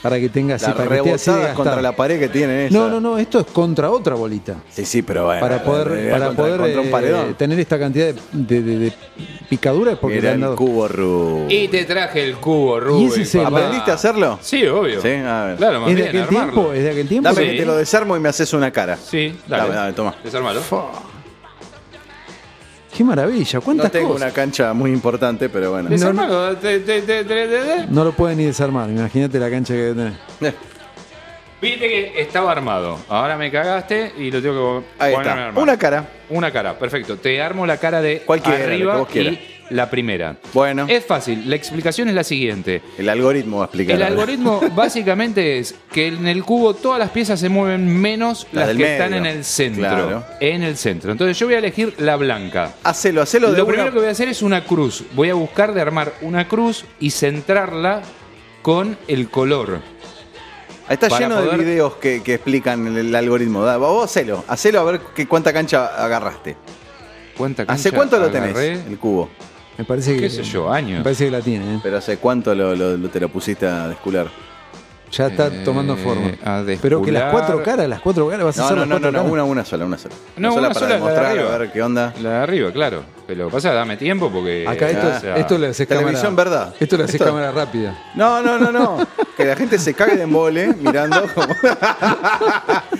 Para que tenga así, Las para que esté así de rebotadas contra gastar. la pared que tienen esa. No, no, no, esto es contra otra bolita. Sí, sí, pero bueno. para la- poder, la- para contra- poder contra un eh, paredón. tener esta cantidad de, de- de- de picadura es porque le Era han el dado. cubo Rubik. Y te traje el cubo, Rubik. ese es el- papá. ¿Aprendiste a hacerlo? Sí, obvio. Sí, a ver. Claro, más ¿Es de bien, aquel armarlo. tiempo? ¿Es de aquel tiempo? Dame Sí. que te lo desarmo y me haces una cara. Sí, dale. Dame, dame, toma. Desármalo. Qué maravilla, cuántas No tengo cosas. una cancha muy importante, pero bueno. Desármalo. te- te- te- te- te- te- No lo puede ni desarmar, imagínate la cancha que debe tener. Eh, Viste que estaba armado. Ahora me cagaste y lo tengo que Ahí ponerme a está. armar. Una cara. Una cara, perfecto. Te armo la cara de Cualquiera, la que arriba vos quieras. y la primera. Bueno. Es fácil. La explicación es la siguiente. El algoritmo va a explicar. El ahora. algoritmo básicamente es que en el cubo todas las piezas se mueven menos las La que del medio. están en el centro. Claro. En el centro. Entonces yo voy a elegir la blanca. Hacelo, hacelo de Lo una. primero que voy a hacer es una cruz. Voy a buscar de armar una cruz y centrarla con el color. Está para lleno poder- de videos que, que explican el, el algoritmo. Da, vos hacelo, hacelo a ver qué, cuánta cancha agarraste. ¿Cuánta ¿Hace cancha cuánto lo agarré? tenés el cubo? Me parece que. ¿Qué sé yo? Años. Me parece que la tiene, ¿eh? Pero hace cuánto lo, lo- lo- te lo pusiste a descular. Ya está Eh, tomando forma. a Pero que las descular. cuatro caras, las cuatro caras, vas a No, hacer no, las no, no, cuatro no, caras. una, una sola, una sola. No, una para sola, la de demostrar, arriba. a ver qué onda. La de arriba, claro. Pero pasa, dame tiempo porque. Acá esto, o sea, esto le haces cámara. televisión, ¿verdad? Esto le haces Esto- cámara rápida. No, no, no, no. que la gente se cague de mole mirando como-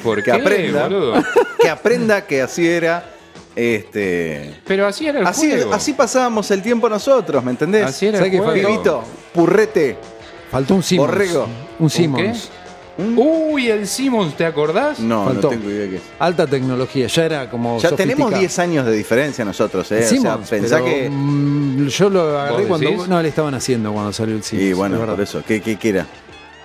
¿por que qué, aprenda. boludo? que aprenda que así era. Este. Pero así era el Así, juego. así pasábamos el tiempo nosotros, ¿me entendés? Así era el ¿Sabés qué juego. fue? Pibito, purrete. Faltó un Simmons. Borrego. Un ¿Un qué? Simmons. Uy, el Simmons, ¿te acordás? No, Faltó. no tengo idea qué es. Alta tecnología, ya era Oh, como. Ya tenemos sofisticado. 10 años de diferencia nosotros, ¿eh? o Simmons, sea, pensá pero, que. mm, yo lo agarré ¿Vos cuando. decís? No, le estaban haciendo cuando salió el Simmons. Y es bueno, verdad. por eso, ¿qué, qué, qué era?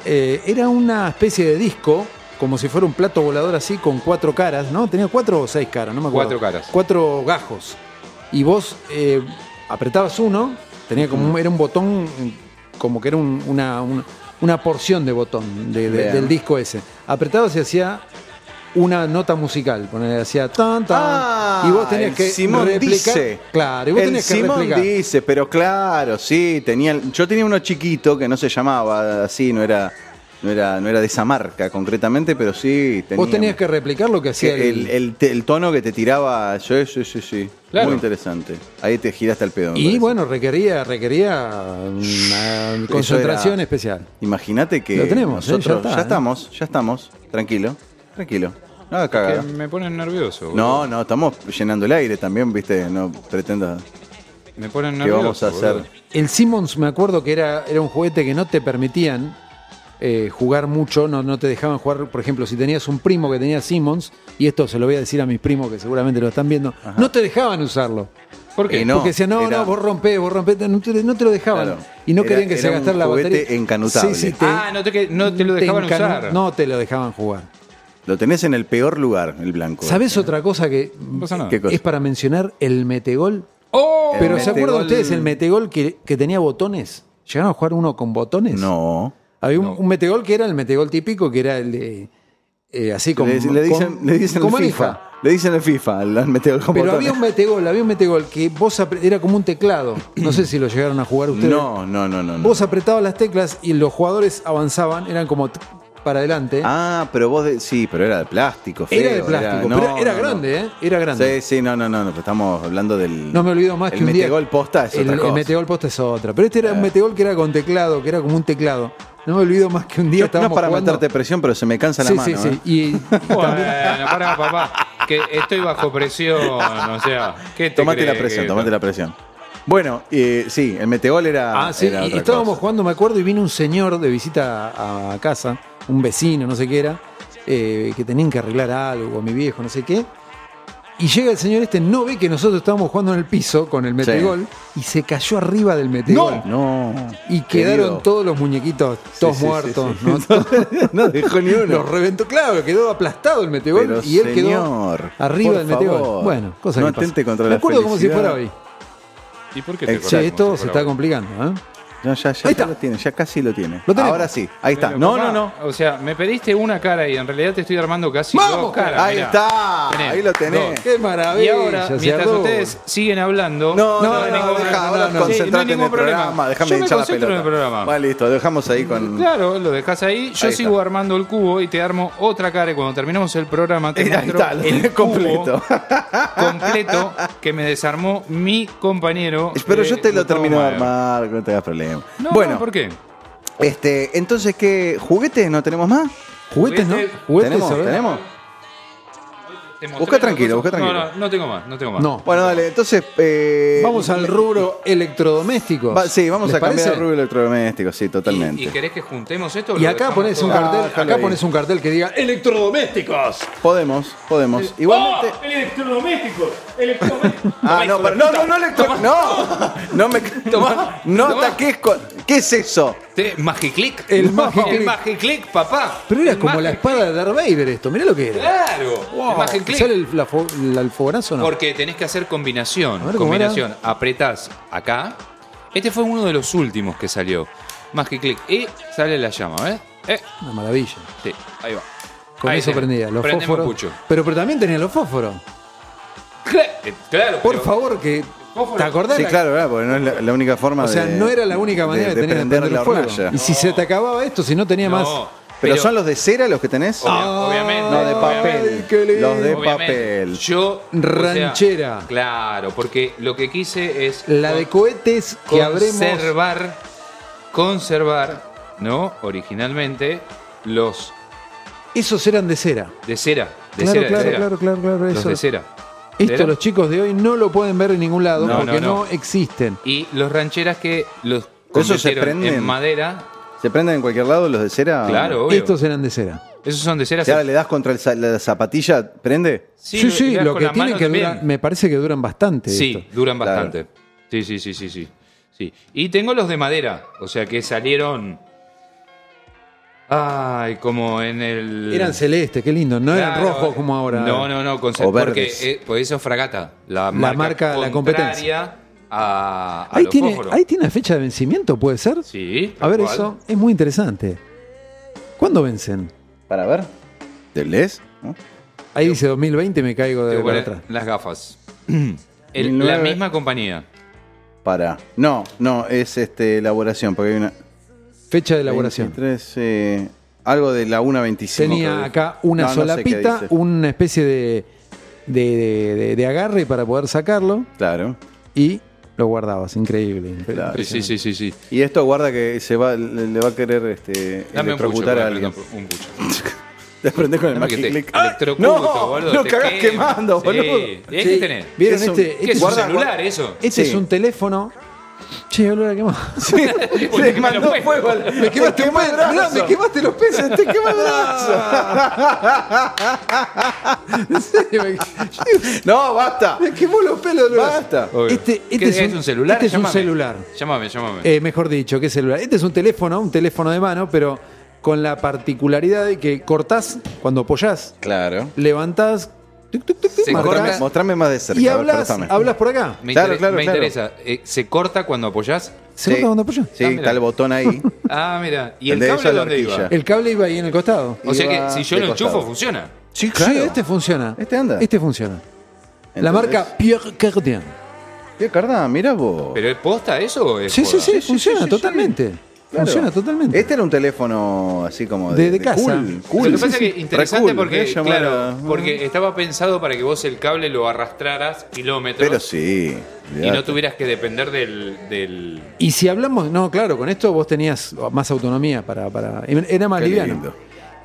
Eh, era una especie de disco, como si fuera un plato volador así, con cuatro caras, ¿no? Tenía cuatro o seis caras, no me acuerdo. Cuatro caras. Cuatro gajos. Y vos eh, apretabas uno, tenía como un- era un botón, como que era un- una, un- una porción de botón de- de- Bien. del disco ese. Apretabas y hacía una nota musical, ponele, hacía tan, tan. Ah, y vos tenías el que Simón replicar. dice. Claro, y vos el tenías que Simón replicar. dice, pero claro, sí, tenía, yo tenía uno chiquito que no se llamaba así, no era, no era, no era de esa marca concretamente, pero sí tenía. Vos tenías que replicar lo que hacía que el, el- el te- el tono que te tiraba, sí, sí, sí, sí. Claro. Muy interesante. Ahí te giraste al pedo. me Y parece. bueno, requería, requería una Eso concentración era- especial. Imagínate que Lo tenemos, ¿eh? nosotros Ya ya, está, ¿eh? estamos, ya estamos. Tranquilo, tranquilo. No hagas Que cagada. me ponen nervioso. boludo. No, no, estamos llenando el aire también, viste, no pretendas Me ponen que nervioso. vamos a hacer. boludo. El Simmons me acuerdo que era, era un juguete que no te permitían eh, jugar mucho, no, no te dejaban jugar, por ejemplo, si tenías un primo que tenía Simmons, y esto se lo voy a decir a mis primos que seguramente lo están viendo, no te dejaban usarlo. ¿Por qué? Eh, no. Porque decían, no, era- no, vos rompés, vos rompés, no te, no te lo dejaban. Claro. y no Era- querían que era se un gastara la juguete batería. encanutable. Sí, sí, Ah, no te, que- no te lo dejaban encanu- usar. No te lo dejaban jugar. Lo tenés en el peor lugar, el blanco. ¿Sabés otra cosa que pasa nada. ¿Qué cosa? es para mencionar? El metegol. ¡Oh! Pero El ¿se acuerdan metegol- ustedes el metegol que, que tenía botones? ¿Llegaron a jugar uno con botones? No. Había un, un metegol que era el metegol típico, que era el eh, eh, así como. le, le dicen, con- le dicen con el manija. FIFA. Le dicen el FIFA, al al meteor con Pero botones. había un metegol, había un metegol que vos apre- era como un teclado. No sé si lo llegaron a jugar ustedes. No, no, no, no. no. Vos apretabas las teclas y los jugadores avanzaban, eran como t- para adelante. Ah, pero vos de- sí, pero era de plástico. feo, era de plástico, no, pero era no, no. grande, ¿eh? Era grande. Sí, sí, no, no, no, no, pero estamos hablando del. No me olvido más el que un día. metegol posta es el, otra cosa. Eh. el metegol posta es otra. Pero este era un metegol que era con teclado, que era como un teclado. No me olvido más que un día Yo- estábamos no para jugando- meterte presión, pero se me cansa la sí, mano. sí, sí. ¿eh? Y, este Bueno, pará, papá. Que estoy bajo presión, o sea. ¿qué te Tomate crees la presión, que- tomate la presión. Bueno, eh, sí, el metegol era. Ah, sí, era y otra estábamos cosa. jugando, me acuerdo, y vino un señor de visita a, a casa, un vecino, no sé qué era, eh, que tenían que arreglar algo, mi viejo, no sé qué. Y llega el señor este, no ve que nosotros estábamos jugando en el piso con el metegol y se cayó arriba del metegol. No. Y quedaron Querido. todos los muñequitos, Sí, todos sí, sí, muertos, sí. ¿no? no dejó ni uno. Los reventó, claro, quedó aplastado el metegol Pero, y él señor, quedó arriba por del metegol. favor, Bueno, cosa no que pasa. atente contra Me la acuerdo como si felicidad. fuera hoy. ¿Y por qué te Ex- Che, acordás esto como si se fuera está ahora? complicando, ¿eh? No, ya, ya, Ahí ya está. lo tiene, ya casi lo tiene. Lo tenemos. Ahora sí, ahí está. Pero, No, papá, no, no. O sea, me pediste una cara y en realidad te estoy armando casi dos ¡Vamos! caras. ahí mirá. está, Tenés ahí lo tenés. dos. ¡Qué maravilla! Y ahora, se mientras armó. ustedes siguen hablando, No, no, no, hay ningún- deja, ahora no, Sí, no no, no. hay concentrate en ningún el programa, problema. déjame Yo me hinchar la concentro en pelota. el programa. Bueno, listo, lo dejamos ahí con... Claro, lo dejas ahí. Yo Ahí sigo está. armando el cubo y te armo otra cara. Y cuando terminemos el programa, te Ahí muestro está, lo el tenés cubo completo. completo que me desarmó mi compañero. Pero eh, yo te lo Gustavo termino de Mayer. armar, no te hagas problema. No, bueno, no, ¿por qué? este, entonces, ¿qué? ¿Juguetes no tenemos más? ¿Juguetes, no? Juguete- ¿Juguetes, ¿Tenemos? a ver. ¿Tenemos? Te mostré Busca las tranquilo, cosas. busca No, tranquilo. no, no tengo más, no tengo más. No. Bueno, dale, entonces... eh, Vamos al rubro electrodomésticos. va- sí, vamos ¿Les a cambiar parece? el rubro electrodoméstico, sí, totalmente. ¿Y, y querés que juntemos esto? Y acá pones un todo. cartel, Ah, déjalo acá ahí. pones un cartel que diga electrodomésticos. Podemos, podemos. Igualmente... ¡Oh! Electrodomésticos. Electrodomésticos. Ah, no, pero, no, no, no, electro- no, no me Tomá. no Tomá. ataques con, ¿qué es eso? Magiclick. El Magiclick. El Magiclick, papá. Pero era El como la Magiclick. espada de Darth Vader esto, mirá lo que era. Claro. El Wow. Magiclick. ¿Sale el, la fo- la- el fogonazo o no? Porque tenés que hacer combinación. A ver, ¿cómo combinación. Apretás acá. Este fue uno de los últimos que salió. Magiclick. Y sale la llama, ¿ves? Eh, Una maravilla. sí, ahí va. Con Ahí eso tenés. prendía, los Prendeme fósforos. pucho. Pero, pero también tenía los fósforos. Cla- eh, Claro, Por pero- favor, que. Fósforo. ¿Te acordás? Sí, La- claro, ¿verdad? porque no es la, la única forma O sea, de- no era la única manera de, de que tenías de prender prender la el fuego. hornalla. Y si se te acababa esto, si no tenía No, más. Pero son los de cera los que tenés? Obvio, obviamente. no, de Ay, qué papel. lindo. Los de Obviamente. papel. Yo. o sea, Ranchera. claro, porque lo que quise es. La de cohetes que habremos. conservar, conservar, ¿no? Originalmente, los Esos eran de cera. de cera. De cera, Claro, de claro, cera. claro, claro, claro, Los eso. de cera. Esto Cera. los chicos de hoy no lo pueden ver en ningún lado No, porque no, no, no. existen. Y los rancheras que los Esos convirtieron se en prenden. madera. ¿Se prenden en cualquier lado los de cera? Claro, obvio. Estos eran de cera. Esos son de cera. O sea, le das contra el za- la zapatilla, ¿prende? Sí, sí, le das lo con que la tiene mano que también. durar, me parece que duran bastante. Sí, esto. duran Claro. bastante. Sí, sí, sí, sí, sí, sí. Y tengo los de madera, o sea que salieron. Ay, como en el. Eran celestes, qué lindo. No eran Claro. rojos como ahora. No, no, no, con O porque verdes. eh, pues eso es fragata. La, marca, la competencia. contraria A, a Ahí los tiene, fósforos. ahí tiene una fecha de vencimiento, ¿puede ser? Sí. A tal ver, cual. eso es muy interesante. ¿Cuándo vencen? Para ver. ¿Te lees? ¿No? Ahí dice 2020, me caigo Te de voy a para poner atrás. las gafas. El- la 19. misma compañía. Para. No, no, es este elaboración, porque hay una. Fecha de elaboración. 23, eh, algo de la 1.25. Tenía acá una No, no sola sé qué pita, dice. una especie de, de, de- de- de agarre para poder sacarlo Claro. y lo guardabas. Increíble. Claro. Sí, sí, sí, sí. sí. Y esto guarda que se va, le, le va a querer este, Dame un pucho. electrocutar a dame alguien. Un pucho. Te prendés con el Dame que te Magic Click. electrocuto, ¡Ah! boludo. no, no te cagás quema. quemando, Sí, boludo. Y hay que Sí. tener. ¿Vieron Es un- este? ¿Qué es un Este, es, Guarda- celular eso? este es Sí. un teléfono. Che, olor a quemado. Sí, Porque le me mandó lo cuento. fuego. al- Me quemaste, un pe- Mirá, me quemaste los peces, te quemé el brazo. Sí, me- No, basta. me quemó los pelos. del brazo. Basta. Obvio. Este, ¿Qué este es, un, celular? Este es un Llámame. celular. Llámame, llámame. Eh, mejor dicho, ¿qué celular? Este es un teléfono, un teléfono de mano, pero con la particularidad de que cortás cuando apoyás, Claro. levantás, tuc, tuc, tuc, tuc, Se marcás, corta- Mostrame más de cerca. y a ver, hablas, cortame. hablas por acá. me claro, inter- claro, me claro. interesa. Eh, ¿Se corta cuando apoyás? Se corta cuando apoyas. Sí, Ah, mira. está el botón ahí. Ah, mira. ¿Y el El de cable esa la dónde iba? horquilla. El cable iba ahí en el costado. O sea Iba que si yo de lo enchufo, costado. funciona. Sí, Sí, este funciona. Este anda. Este funciona. La Entonces- marca Pierre Cardin. Tío, Cardá, mira vos. ¿Pero es posta eso o es Sí, sí, joda? sí, sí, funciona sí, sí, totalmente. Claro. Funciona totalmente. Este era un teléfono así como de, De- de casa. Cool, Lo cool. Lo que pasa Sí, es sí. que interesante Re cool, porque, ¿eh? Llamar claro, a- porque estaba pensado para que vos el cable lo arrastraras kilómetros Pero sí. y no olvidate. tuvieras que depender del... del- Y si hablamos, no, claro, con esto vos tenías más autonomía para. para era más Qué liviano. lindo.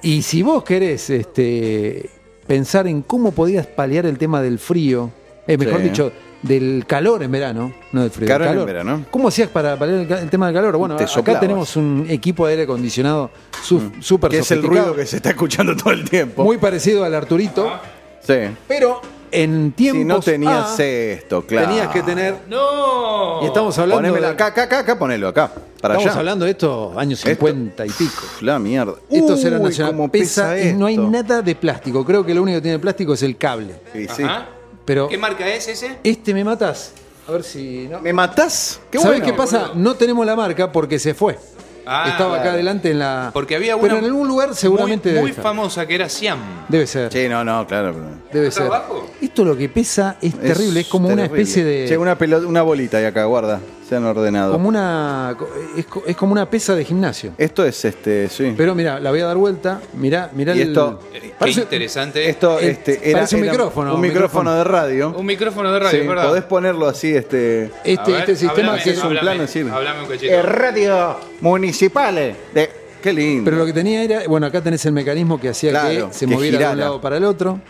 Y si vos querés este, pensar en cómo podías paliar el tema del frío, eh, mejor Sí. dicho, del calor en verano, no del frío. del Calor en calor. verano. ¿Cómo hacías para paliar el, ca- el tema del calor? Bueno, Te acá soplabas. Mm. tenemos un equipo de aire acondicionado su- súper Que es el sofisticado, ruido que se está escuchando todo el tiempo. muy parecido al Arturito, sí. pero en tiempos Si no tenías A, esto, claro. tenías que tener ¡No! y estamos hablando Ponémela de- acá, acá, acá, acá, ponelo acá. Para estamos allá. hablando de esto años Esto- 50 y pico. Uf, La mierda. Esto será Uy, nacional. cómo pesa, y no hay esto. nada de plástico. Creo que lo único que tiene plástico es el cable. Sí, sí. Ajá. Pero ¿Qué marca es ese? este me matas. A ver si. No. ¿Me matás? Qué ¿Sabés bueno. qué pasa? No tenemos la marca porque se fue. Ah, Estaba acá claro. adelante en la. Porque había una Pero en algún lugar seguramente muy, debe muy estar. famosa que era Siam. Debe ser. Sí, no, no, claro. pero- Debe ¿Está ser. abajo? Esto lo que pesa es terrible, es como una terrible. especie de. Che, una, pelota, una bolita ahí acá, guarda. Se han ordenado. como una. Es, co- es como una pesa de gimnasio. Esto es este, sí. Pero mira, la voy a dar vuelta. Mirá, mirá Y el- esto- Eh, Qué Parece- interesante. Esto eh, este, era, parece un era micrófono, Un un micrófono de radio. Un micrófono de radio, Sí, ¿verdad? podés ponerlo así, este. Este, A ver, este sistema háblame, que es un háblame, plano, sirve. Háblame un cachito. Eh, radio municipales. De... Qué lindo. Pero lo que tenía era, bueno, acá tenés el mecanismo que hacía Claro, que se que moviera de girara. un lado para el otro.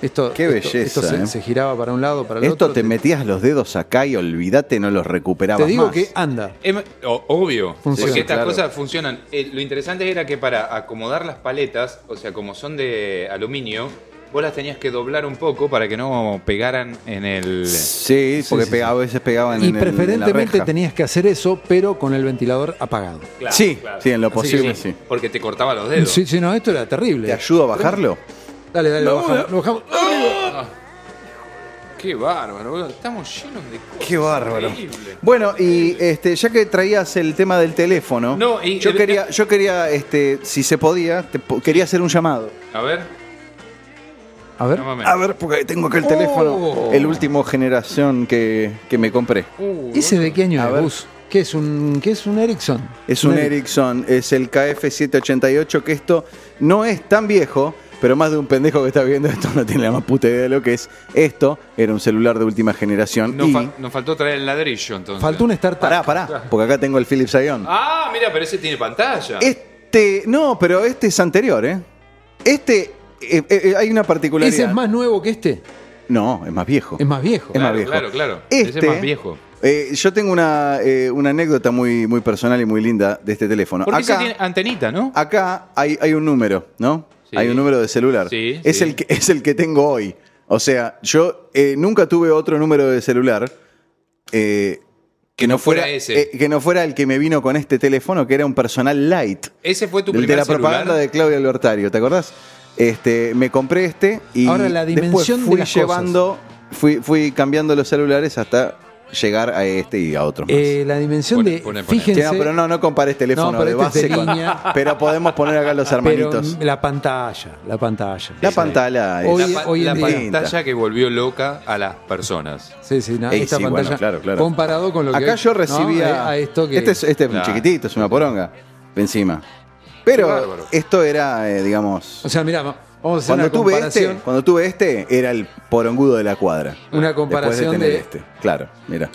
Esto, Qué esto- belleza, Esto, se, eh. se giraba para un lado, para el Esto otro. te metías los dedos acá y olvídate, no los recuperabas Te digo más. que anda. Em- o- obvio, Funciona. porque estas Claro. cosas funcionan. Eh, lo interesante era que para acomodar las paletas, o sea, como son de aluminio, vos las tenías que doblar un poco para que no pegaran en el... Sí, porque sí, pega- a veces pegaban Y en el- en la preferentemente reja. tenías que hacer eso, pero con el ventilador apagado. Claro, sí, claro. sí, en lo Así que posible, sí. Porque te cortaba los dedos. Sí, sí, no, esto era terrible. ¿Te ayudo a bajarlo? Dale, dale, lo No, bajamos. no. lo bajamos. Qué bárbaro, boludo. Estamos llenos de cosas. Qué bárbaro. Increíble. Bueno, y este, ya que traías el tema del teléfono, No, y- yo el- quería, yo quería, este, si se podía, te po- quería hacer un llamado. A ver, A ver. no mames. A ver, porque tengo acá el teléfono, Oh. el último generación que, que me compré. Uh, ¿Ese de qué año A es, ver. Gus? ¿Qué es un, qué es un Ericsson? Es un Eric- Ericsson, es el KF788, que esto no es tan viejo, pero más de un pendejo que está viendo esto no tiene la más puta idea de lo que es. Esto era un celular de última generación. nos, y... fal- Uh, nos faltó traer el ladrillo, entonces. Faltó un startup. Pará, pará, porque acá tengo el Philips Ion. Ah, mira, pero ese tiene pantalla. Este, no, pero este es anterior, ¿eh? Este, eh, eh, hay una particularidad. ¿Ese es más nuevo que este? No, es más viejo. Es más viejo. Es más Claro, viejo. Claro, claro. Este- Ese es más viejo. Eh, yo tengo una, eh, una anécdota muy, muy personal y muy linda de este teléfono. Porque ese Acá, tiene antenita, ¿no? acá hay, hay un número, ¿no? Sí. Hay un número de celular. Sí, es, sí. El que, es el que tengo hoy. O sea, yo eh, nunca tuve otro número de celular eh, que, no fuera, fuera ese. eh, que no fuera el que me vino con este teléfono, que era un personal light. Ese fue tu Del de primer la celular. propaganda de Claudio Albertario, ¿te acordás? Este, me compré este y Ahora, la dimensión después de fui las llevando, fui, fui cambiando los celulares hasta llegar a este y a otros más. Eh, la dimensión Pone- de. pone- pone. Che, Fíjense. no, pero no, no compares teléfono No, pero de este base es de con- línea. Pero podemos poner acá los pero hermanitos. la pantalla, la pantalla. la pantalla es- La, Hoy- pa- hoy en la día. pantalla que volvió loca a las personas. Sí, sí, no, Ey, esta sí, bueno, pantalla. claro, claro. Comparado con lo que. Acá hay- yo no, recibía. a, a esto que. Este es, este es Claro. chiquitito, es una poronga. Encima. Qué Pero bárbaro. esto era, eh, digamos. O sea, mirá, vamos a hacer Cuando una tuve, este, comparación. cuando tuve este, era el porongudo de la cuadra. Una Después comparación de. tener de- este. Claro, mira.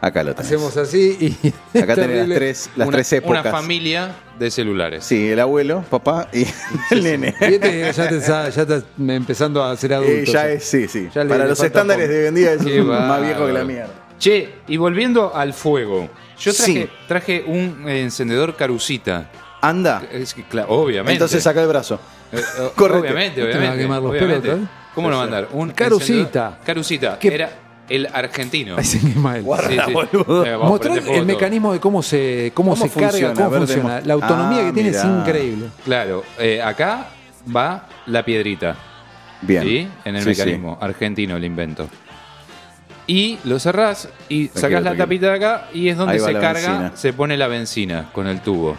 Acá lo tenés. Hacemos así y. es Acá tenés las terrible. tres, las una, tres épocas. Una familia de celulares. Sí, el abuelo, papá y el nene. Y este ya, te, sa- ya está empezando a ser adulto. Eh, ya es, sí, sí. Ya le- Para le los falta estándares fondo. de hoy en día eso Qué es más bárbaro. viejo que la mierda. Che, y volviendo al fuego. Yo traje, Sí. traje un eh, encendedor carucita. Anda. Es que, cla- obviamente. Entonces saca el brazo. Eh, eh, correte. Obviamente, No te van a obviamente. quemar los obviamente. pelotas, ¿eh? ¿Cómo lo van a mandar? Un Carucita. encendedor- Carucita. ¿Qué? Era el argentino. Ahí se quema él. Guarda, boludo. Eh, vos, Mostrar prende fuego el todo. mecanismo de cómo se, cómo ¿Cómo se funciona? carga, A cómo ver, funciona. demo- La autonomía Ah, que tiene es mirá. increíble. Claro, eh, acá va la piedrita. Bien. ¿sí? En el Sí, mecanismo. Argentino el invento. Y lo cerrás y sacás la tranquilo. tapita de acá y es donde Ahí va se la carga, benzina. se pone la benzina con el tubo.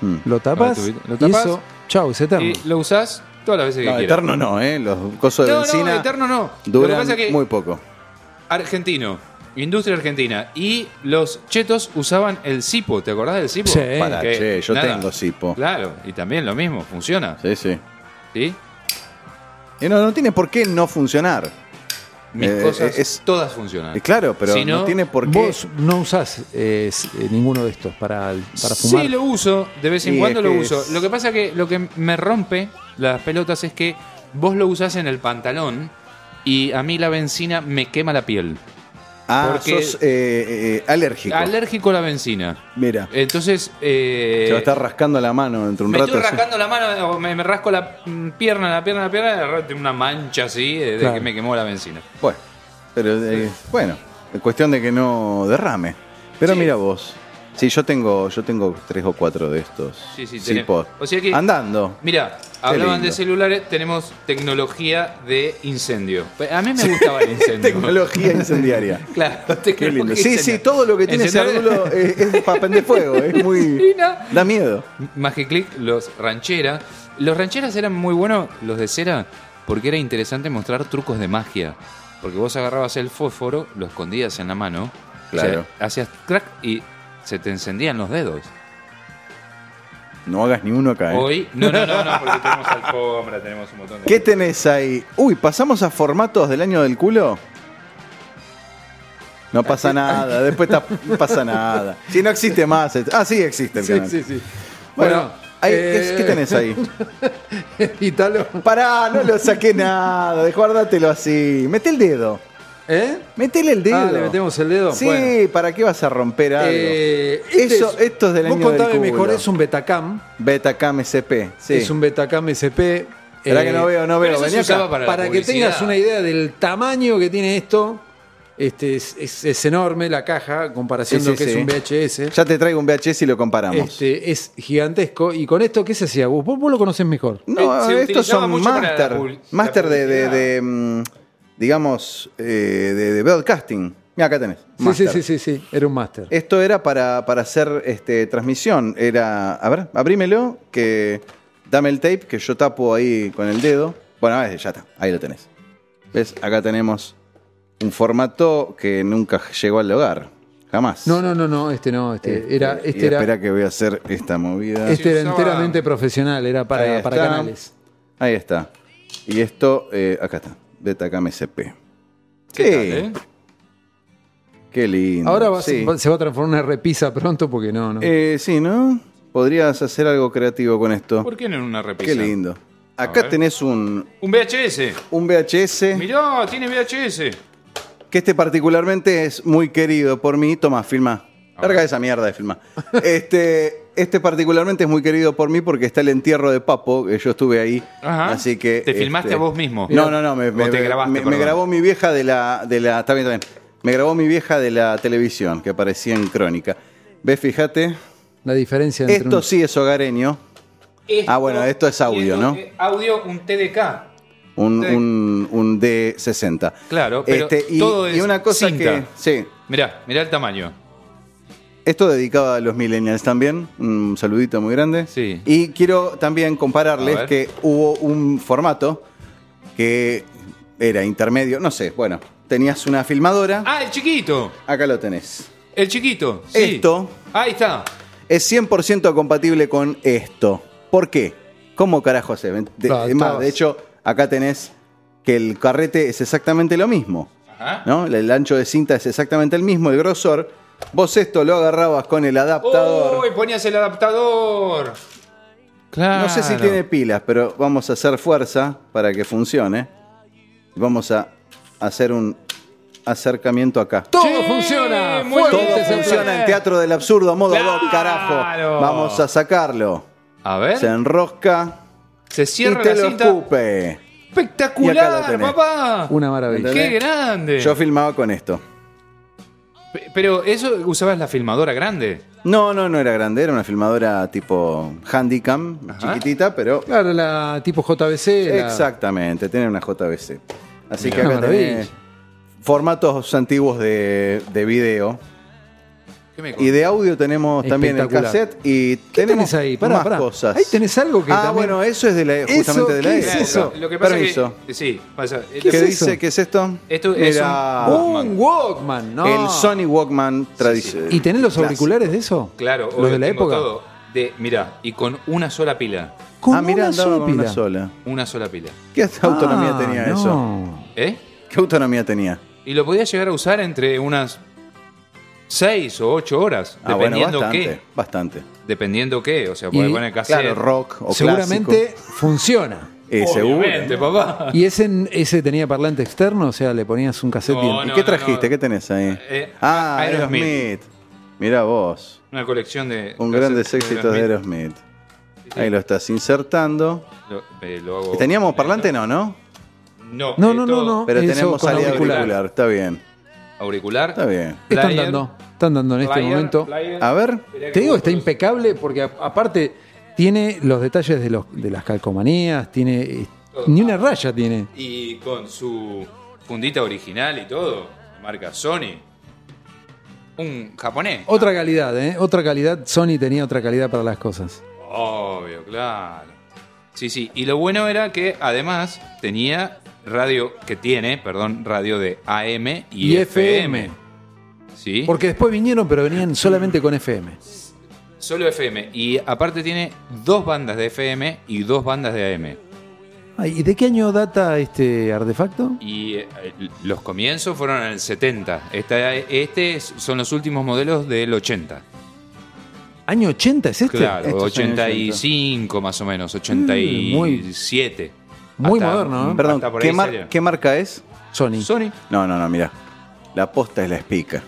sí. Mm. Lo tapas, Ahora tú- lo y tapás. eso, chao, es eterno. Y Eh, lo usás todas las veces que No, quieras. eterno no, ¿eh? Los cosos de no, benzina no, eterno no. lo que duran pasa es que muy poco. argentino, industria argentina y los chetos usaban el cipo, ¿te acordás del cipo? Sí. Pará, Que che, yo nada. tengo cipo. Claro, y también lo mismo, funciona. Sí, sí. ¿sí? Y no, no tiene por qué no funcionar. Mis Eh, cosas es- todas funcionan. Eh, Claro, pero Si no, tiene por qué. Vos no usás eh, s- eh, ninguno de estos para, el- para fumar. Sí, lo uso, de vez en Y cuando es lo que uso. es- Lo que pasa que lo que me rompe las pelotas es que vos lo usás en el pantalón y a mí la benzina me quema la piel. ah, porque- sos eh, eh, alérgico. Alérgico a la benzina. Mira, Entonces, eh, se va a estar rascando la mano dentro de un me rato. estoy así. rascando la mano, o me, me rasco la mm, pierna, la pierna, la pierna, y de repente una mancha así eh, de Claro. que me quemó la benzina. Bueno, pero eh, bueno, es cuestión de que no derrame. Pero Sí. mira vos. Sí, yo tengo, yo tengo tres o cuatro de estos. Sí, sí, Sí, tenemos. por- O sea que- Andando. Mira, hablaban lindo. de celulares, tenemos tecnología de incendio. Pues, A mí me gustaba el incendio. Tecnología incendiaria. Claro, tecnología Qué lindo. Sí, incendiaria. sí, todo lo que tiene ese Encender- ángulo es, es para prender fuego. Es muy. Sí, no. Da miedo. Más que clic, los rancheras. Los rancheras eran muy buenos, los de cera, porque era interesante mostrar trucos de magia. Porque vos agarrabas el fósforo, lo escondías en la mano, Claro. o sea, hacías crack y se te encendían los dedos. No hagas ni uno acá. ¿eh? Hoy, no, no, no, no, porque tenemos alfombra, tenemos un montón de. ¿Qué tenés ahí? Uy, pasamos a formatos del año del culo. No pasa nada, después ta- no pasa nada. Si no existe más. et- Ah, sí existe el canal. sí. Bueno, Bueno, ahí, eh, ¿qué, qué tenés ahí? Italo. Pará, no lo saqué nada, desguárdatelo así. Mete el dedo. ¿Eh? Metele el dedo. Ah, ¿le metemos el dedo? Sí, Bueno. ¿para qué vas a romper algo? Eh, este Eso, esto es del año Vos contame del culo. mejor, es un Betacam. Betacam SP. Sí. Es un Betacam SP. Esperá eh, que no veo, no pero veo. eso Vení se acá. usaba Para, la que publicidad. tengas una idea del tamaño que tiene esto, este es, es- es enorme la caja, en comparación Sí, de lo sí, que es sí. un VHS. Ya te traigo un VHS y lo comparamos. Este, es gigantesco. ¿Y con esto qué se hacía? Gus? Vos, vos lo conocés mejor. No, Se estos utilizaba son mucho para la master. publi- la Master de, de- publicidad. de, mm, digamos, eh, de, de broadcasting. Mira, acá tenés. Sí, sí, master. sí, sí, sí, era un máster. Esto era para, para hacer este, transmisión. Era, a ver, abrímelo, que dame el tape, que yo tapo ahí con el dedo. Bueno, a ver, ya está, ahí lo tenés. ¿Ves? Acá tenemos un formato que nunca llegó al hogar. Jamás. No, no, no, no, este no, este, era, y este era, Espera que voy a hacer esta movida. este era Se usaba- enteramente profesional, era Ahí para, para está. canales. Ahí está. Y esto, eh, acá está. Betacam SP. ¿Qué Sí, tal, eh? Qué lindo. Ahora va- sí. se va a transformar en una repisa pronto porque no, no. Eh, sí, ¿no? Podrías hacer algo creativo con esto. ¿Por qué no en una repisa? Qué lindo. A Acá ver. tenés un, Un VHS. un VHS Mirá, tiene VHS. que este particularmente es muy querido por mí. Toma, filma. Larga esa mierda de filma. Este, este particularmente es muy querido por mí porque está el entierro de Papo, que yo estuve ahí. Ajá. Así que. Te filmaste este, a vos mismo. No, no, no. Me, O me- te grabaste, me- me perdón. grabó mi vieja de la. De la está bien, está bien. Me grabó mi vieja de la televisión, que aparecía en Crónica. ¿Ves? Fíjate. La diferencia entre Esto un- sí es hogareño. Esto- Ah, bueno, esto es audio, ¿no? eh, Audio, un TDK. Un, Sí. un- un D60. Claro, pero y, todo es y una cosa cinta. que. Sí. Mirá, mirá el tamaño. Esto dedicado a los millennials también. Un saludito muy grande. Sí. Y quiero también A compararles ver. que hubo un formato que era intermedio. No sé, bueno, tenías una filmadora. Ah, el chiquito. Acá lo tenés. El chiquito. sí. Esto. Ahí está. Es 100% compatible con esto. ¿Por qué? ¿Cómo carajo se ven? De, Claro, es más, estabas- de hecho, acá tenés que el carrete es exactamente lo mismo. Ajá. ¿no? El, el ancho de cinta es exactamente el mismo, el grosor. Vos esto lo agarrabas con el adaptador. Uy, ponías el adaptador. Claro. no sé si tiene pilas, pero vamos a hacer fuerza para que funcione. Vamos a hacer un acercamiento acá. Todo Sí, funciona. muy fuerte bien. Todo ese funciona en eh. Teatro del Absurdo, modo Claro. rock, carajo. Vamos a sacarlo. A ver. Se enrosca Se cierra y te la lo cinta. escupe. Y acá lo Espectacular, tenés. papá. Una maravilla. Qué ¿Entendés? grande. Yo filmaba con esto. Pe- Pero eso usabas la filmadora grande. No, no, no era grande, era una filmadora tipo Handycam, Ajá. chiquitita, pero Claro, la tipo JBC. la- Exactamente, tiene una JBC. Así que Una acá tenés maravilla. formatos antiguos de, de video. ¿Qué me Y de audio tenemos también el Espectacular. cassette y ¿Qué tenemos tenés ahí? Pará, más pará. cosas. Ahí tenés algo que Ah, también- bueno, eso es de la, justamente de la ¿Qué Eh, es época. eso? Lo que pasa Permiso. que. Sí, pasa. ¿Qué, es dice? eso? ¿Qué es esto? Esto es Era Un Walkman, no. el Sony Walkman tradicional. ¿Y tenés los auriculares de eso? Claro, Los obvio, de la tengo época. todo. De, mirá, y con una sola pila. Con ah, mirá, una andaba sola con pila. una sola. Una sola pila. ¿Qué autonomía Ah, tenía eso? no. ¿Eh? ¿Qué autonomía tenía? Y lo podías llegar a usar entre unas 6 o 8 horas, Ah, bueno, dependiendo bastante, qué. bastante. Dependiendo qué, o sea, Y- podés poner cassette. Claro, rock o Seguramente clásico. funciona. Eh, seguro. Obviamente, papá. ¿Y ese, ese tenía parlante externo? O sea, le ponías un cassette No, bien. no. ¿Y qué trajiste? ¿Qué tenés ahí? Eh, ah, Aerosmith. Aerosmith. Mirá vos. Una colección de... Un cassette grandes éxitos de Aerosmith. Aerosmith. Ahí lo estás insertando. Lo- eh, lo hago- ¿Teníamos parlante? No, ¿no? No, No, eh, no, no, todo- no. Pero Eso, tenemos con salida auricular. auricular. Está bien. auricular. Está bien. Flyer, Están dando, están dando en este flyer, momento. flyer. A ver. Te digo, está impecable porque a- aparte tiene los detalles de, los, de las calcomanías, tiene... eh, Ni una raya tiene. Y con su fundita original y todo, marca Sony. Un japonés. Otra calidad, ¿eh? Otra calidad. Sony tenía otra calidad para las cosas. Obvio, claro. Sí, sí. Y lo bueno era que además tenía radio, que tiene, perdón, radio de AM y, Y FM. Sí. Porque después vinieron, pero venían solamente con FM. Solo FM. Y aparte tiene dos bandas de FM y dos bandas de AM. Ay, Ah, ¿Y de qué año data este artefacto? Y eh, los comienzos fueron en el 70. Esta, este es- son los últimos modelos del 80. ¿Año 80 es este? Claro, estos son 85 más o menos, 87. muy moderno, ¿eh? Perdón, hasta por ¿qué, ahí mar- salió. qué marca es? Sony. Sony. No, no, no, mirá. La posta es la espica.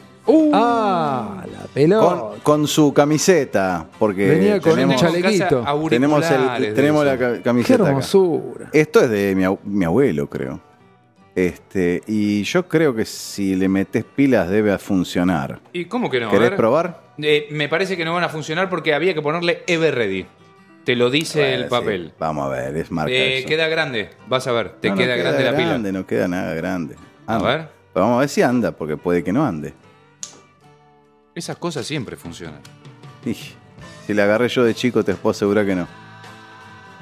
Ah, la pelota. Con, con su camiseta, porque Venía con un tenemos, chaleco. chalequito. casa tenemos, el- auriculares de tenemos eso. la ca- Qué camiseta. acá. hermosura. Esto es de mi, ab- mi abuelo, creo. Este, y yo creo que si le metes pilas debe funcionar. ¿Y cómo que no? A ¿Querés ver. probar? Eh, me parece que no van a funcionar porque había que ponerle Ever Ready. Te lo dice Bueno, el sí. papel. Vamos a ver, es marca. Eh, eso. queda grande, vas a ver. Te No, no queda, grande la pila. grande, No queda nada grande. Anda. ver. Pero vamos a ver si anda, porque puede que no ande. Esas cosas siempre funcionan. Ij, Si la agarré yo de chico, te puedo asegurar que no.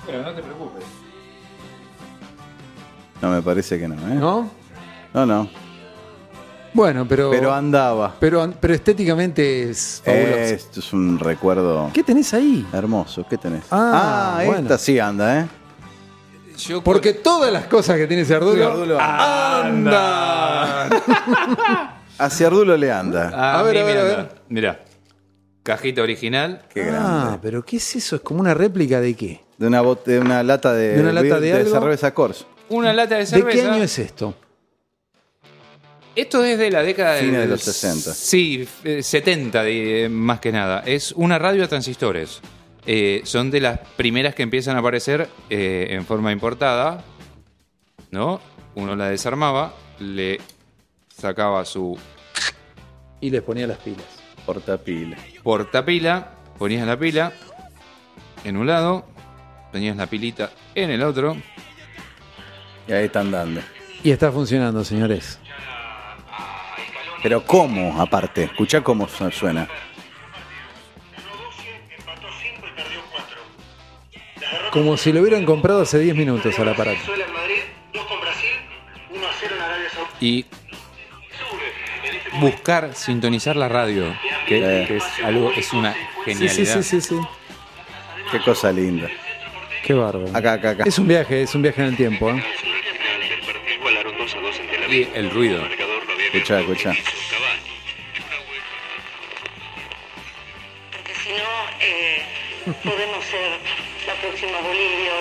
Pero no te preocupes. No, me parece que no, ¿eh? ¿No? no. no. Bueno, pero. Pero andaba. pero, an- pero estéticamente es fabuloso. Esto es un recuerdo ¿Qué tenés ahí? hermoso. ¿Qué tenés? Ah, bueno. esta sí anda, ¿eh? Yo Porque todas las cosas que tiene ese Arduino. anda. Hacia Ardulo le anda. A, A ver, ver, a ver, a ver. Mirá. Cajita original. Qué grande. Ah, pero ¿qué es eso? ¿Es como una réplica de qué? De una, bot- de una lata de, De una lata de algo. cerveza Corso. Una lata de ¿De cerveza. qué año es esto? Esto es de la década del- Fines de los 60. Sí, eh, 70 de- eh, más que nada. Es una radio a transistores. Eh, son de las primeras que empiezan a aparecer eh, en forma importada. ¿No? Uno la desarmaba, le sacaba su Y les ponía las pilas. Portapila. portapila, ponías la pila en un lado, tenías la pilita en el otro. Y ahí está andando. Y está funcionando, señores. Pero cómo, aparte. Escuchá cómo su- suena. Como si lo hubieran comprado hace 10 minutos al aparato. Venezuela en Madrid, 2 con Brasil, 1 a 0 en Arabia Saudita. Y buscar sintonizar la radio, que, Sí. que es algo, es una Sí, genialidad. sí, sí, sí, sí. Qué cosa linda. Qué bárbaro. Acá, acá, acá. Es un viaje, es un viaje en el tiempo. ¿eh? Y el ruido. Escuchá, escuchá. porque si no eh, podemos ser la próxima Bolivia o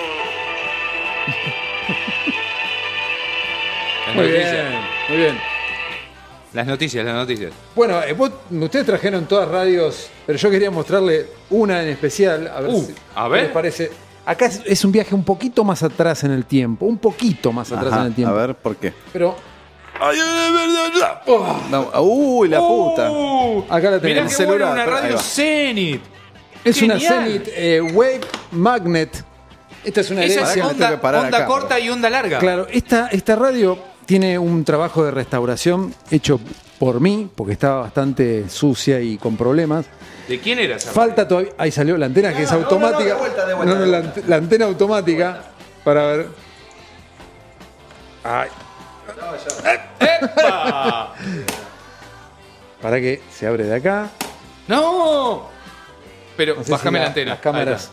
Las Muy noticias. bien, muy bien. Las noticias, las noticias. Bueno, eh, vos- ustedes trajeron todas radios, pero yo quería mostrarle una en especial. A ver, Uh, si- a ver. ¿qué les parece. Acá es, es un viaje un poquito más atrás en el tiempo, un poquito más atrás Ajá, en el tiempo. a ver, ¿por qué? Pero No, ¡Uy, la puta! ¡Uh! Acá la tenemos. Mirá El qué celular, buena una pero- ahí radio va. Zenit. es una Genial. Zenith eh, Wave Magnet. Esta es una Esa es Pará que herencia. me tengo onda, que parar onda acá, corta porque- y onda larga. Claro, esta, esta radio tiene un trabajo de restauración hecho por mí, porque estaba bastante sucia y con problemas. ¿De quién era esa? Falta todavía. Ahí salió la antena que es automática. de vuelta, de vuelta, No, no, de la, ante- la antena automática. Para ver. Ay. para que se abre de acá. ¡No! Pero No sé si bájame la, la- antena. Las cámaras. Ahí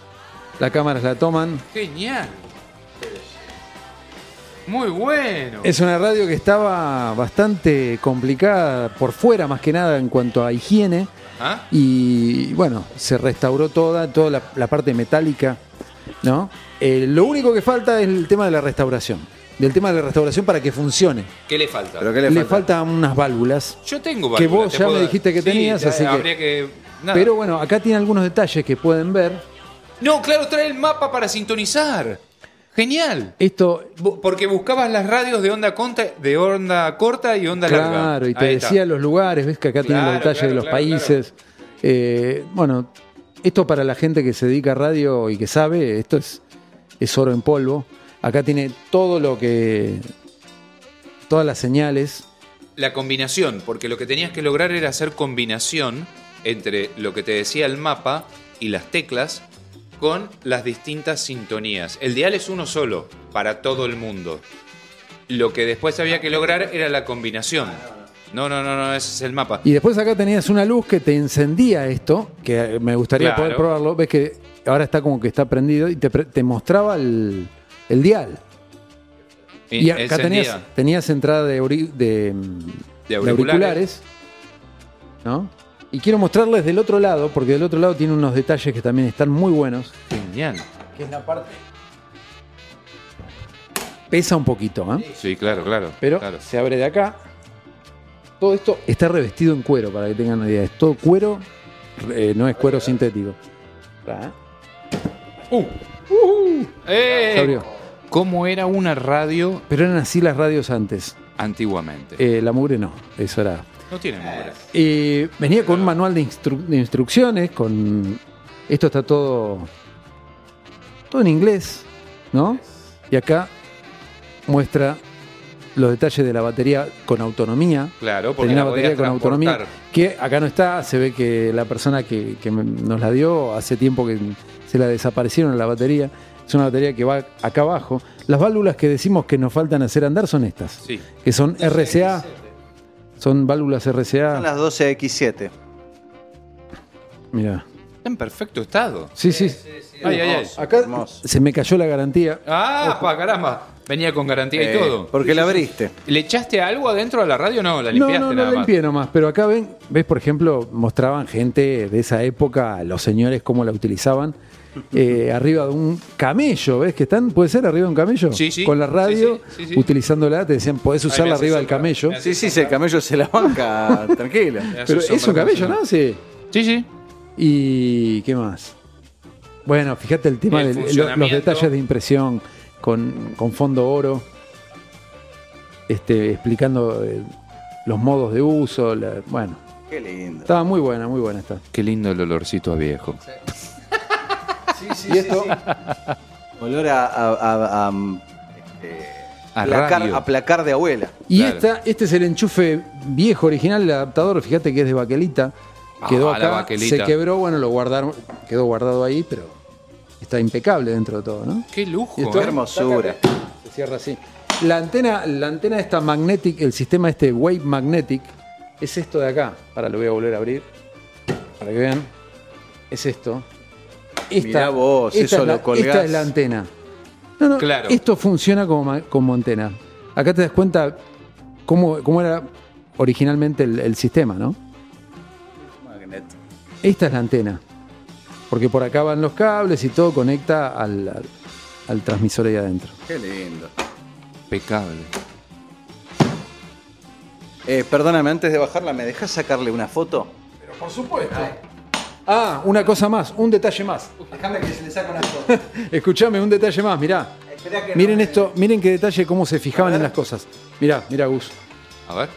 Las cámaras la toman. está. Genial. Muy bueno. Es una radio que estaba bastante complicada por fuera, más que nada en cuanto a higiene. ¿Ah? Y bueno, se restauró toda, toda la, la parte metálica, ¿no? Eh, lo único que falta es el tema de la restauración. Del tema de la restauración para que funcione. ¿Qué le falta? ¿Pero qué Le, le, falta? faltan unas válvulas. Yo tengo Que válvula, vos te ya puedo me dar. dijiste que Sí, tenías, ya así que- habría que. nada. Pero bueno, acá tiene algunos detalles que pueden ver. No, claro, trae el mapa para sintonizar. Genial. Esto, Bu- Porque buscabas las radios de onda, conta, de onda corta y onda larga. claro, y te Ahí está. decía los lugares, ves que acá tiene Claro, los detalles claro, de los claro, países. Eh, bueno, esto para la gente que se dedica a radio y que sabe, esto es, es oro en polvo. Acá tiene todo lo que. todas las señales. la combinación, porque lo que tenías que lograr era hacer combinación entre lo que te decía el mapa y las teclas con las distintas sintonías. El dial es uno solo para todo el mundo. Lo que después había que lograr era la combinación. No, no, no, no, ese es el mapa. Y después acá tenías una luz que te encendía esto, que eh, me gustaría Claro. poder probarlo. Ves que ahora está como que está prendido y te, pre- te mostraba el, el dial. Y acá tenías, Encendía. tenías entrada de, auri- de, mm, de auriculares. auriculares. ¿no? Y quiero mostrarles del otro lado, porque del otro lado tiene unos detalles que también están muy buenos. Genial. Que es la parte. Pesa un poquito, ¿ah? Sí, claro, claro. Pero claro. se abre de acá. Todo esto está revestido en cuero, para que tengan una idea. Es todo cuero, eh, no es cuero sintético. Pará, ¿eh? ¡Eh! Se abrió. ¿Cómo era una radio Pero eran así las radios antes. antiguamente? Eh, la mugre no, eso era no tiene mugre. Eh, venía con un manual de, instru- de instrucciones, con. Esto está todo. Todo en inglés, ¿no? Y acá muestra los detalles de la batería con autonomía. Claro, porque Tenía la una batería podías con autonomía. transportar. Que acá no está, se ve que la persona que, que me- nos la dio hace tiempo que se la desaparecieron la batería. Es una batería que va acá abajo. Las válvulas que decimos que nos faltan hacer andar son estas. Sí. Que son RCA. Son válvulas RCA. Son las 12X7. Mira. Está en perfecto estado. Sí, sí. Ay, ay, ay. Acá Hermoso. se me cayó la garantía. Ah, pa, caramba. Venía con garantía y Eh, todo. Porque la abriste. ¿Le echaste algo adentro a la radio? No, la No, limpiaste no, no nada más. limpié nomás. Pero acá ven, ves, por ejemplo, mostraban gente de esa época, los señores, cómo la utilizaban. eh, arriba de un camello, ¿ves que están? ¿Puede ser arriba de un camello? Sí, sí. Con la radio, Sí, sí, sí, sí. utilizándola, te decían, podés me usarla hace arriba del sombra, camello. me hace- Sí, sí, sí, el camello se la banca, tranquila. Pero es un camello, ¿no? Sí. Sí, sí. ¿Y qué más? Bueno, fíjate el tema El de lo- los funcionamiento. detalles de impresión con, con fondo oro, este, explicando eh, los modos de uso. la- bueno, Qué lindo. estaba muy buena, muy buena esta. Qué lindo el olorcito a viejo. y esto. Olor a. a, a- a, um, eh, A placar, radio. a placar de abuela. Y Claro. esta, este es el enchufe viejo original, el adaptador, fíjate que es de baquelita. Quedó Ah, la acá, baquelita. se quebró, bueno, lo guardaron, quedó guardado ahí, pero está impecable dentro de todo, ¿no? Qué lujo. ¿Y esto? ¿eh? Hermosura. Se cierra así. La antena, la antena esta magnetic, el sistema este Wave Magnetic, es esto de acá. Ahora lo voy a volver a abrir. Para que vean. Es esto. Esta, Mirá vos, eso es la, lo colgás. Esta es la antena. No, no, Claro. esto funciona como, ma- como antena. Acá te das cuenta cómo, cómo era originalmente el, el sistema, ¿no? Esta es la antena. Porque por acá van los cables y todo conecta al, al- al transmisor ahí adentro. Qué lindo. Impecable. Eh, perdóname, antes de bajarla, ¿me dejas sacarle una foto? Ah, una cosa más, un detalle más. Déjame que se le saque una foto. Escuchame, un detalle más, mirá. Esperá que no miren me- esto, miren qué detalle, cómo se fijaban A en ver. las cosas. Mirá, mirá, Gus. A ver.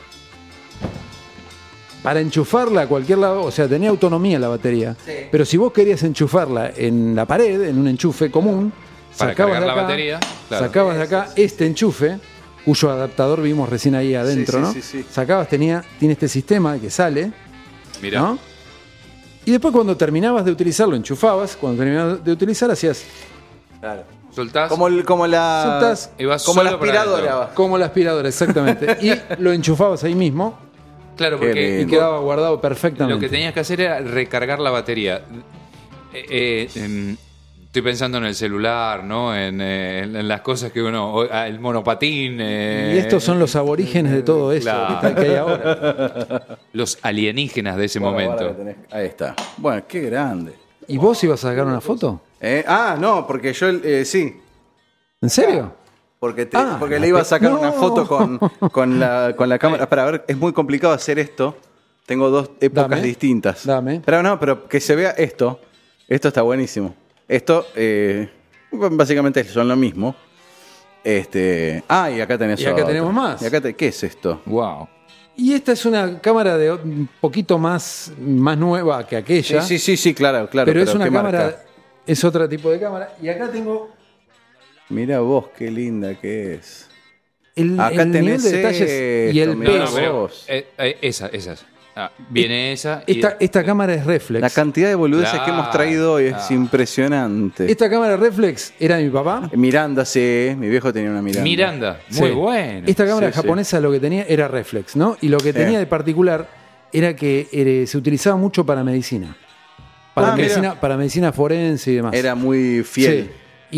Para enchufarla a cualquier lado, o sea, tenía autonomía la batería. Pero si vos querías enchufarla en la pared, en un enchufe común, Para sacabas de cargar la acá, batería, claro. sacabas de acá este enchufe, cuyo adaptador vimos recién ahí adentro, sí, ¿no? sí, sí. Sacabas, tenía, tiene este sistema que sale, Mirá. ¿no? Y después cuando terminabas de utilizarlo, enchufabas, cuando terminabas de utilizar, hacías Claro. Soltás. Como, el- como la. Soltás y vas como la solo para adentro. aspiradora. va. Como la aspiradora, exactamente. y lo enchufabas ahí mismo Claro, Qué porque y quedaba guardado perfectamente. lo que tenías que hacer era recargar la batería. Eh, eh, em, estoy pensando en el celular, ¿no? En, eh, en- en las cosas que uno. o- ah, El monopatín. eh, y estos son los aborígenes de todo eso Claro. que, está- que hay ahora. Los alienígenas de ese Bueno, ahora momento. la tenés- Ahí está. Bueno, qué grande. ¿Y vos ibas a sacar una foto? Eh, ah, no, porque yo eh, sí. ¿En serio? Porque, te- Ah, porque la le iba a pe- sacar no. Eh. una foto con, con, la, con la cámara. Para ver, es muy complicado hacer esto. Tengo dos épocas Dame. distintas. Dame. Pero no, pero que se vea esto. Esto está buenísimo. Esto, eh, básicamente son lo mismo. Este, ah, y acá tenés Y acá otra. tenemos más. Y acá te- ¿Qué es esto? Wow. Y esta es una cámara de un poquito más, más nueva que aquella. Sí, sí, sí, claro, claro. pero es una ¿qué cámara, marca? es otro tipo de cámara. Y acá tengo Mira vos, qué linda que es. el, Acá el nivel tenés de detalles y esto, el mirá No, no, peso. pero, vos. Eh, eh, eh, esa, esas. Ah, viene esa. y- esta, esta cámara es reflex. La cantidad de boludeces que hemos Claro, traído hoy es claro. impresionante. Eh, esta cámara reflex era de mi papá. Miranda, sí, mi viejo tenía una Miranda. Miranda. Muy Sí. bueno. Esta cámara Sí, sí. japonesa lo que tenía era reflex, ¿no? Y lo que tenía de particular era que eh, se utilizaba mucho para medicina. Para, Ah, mira. medicina, para medicina forense y demás. Era muy fiel. Sí.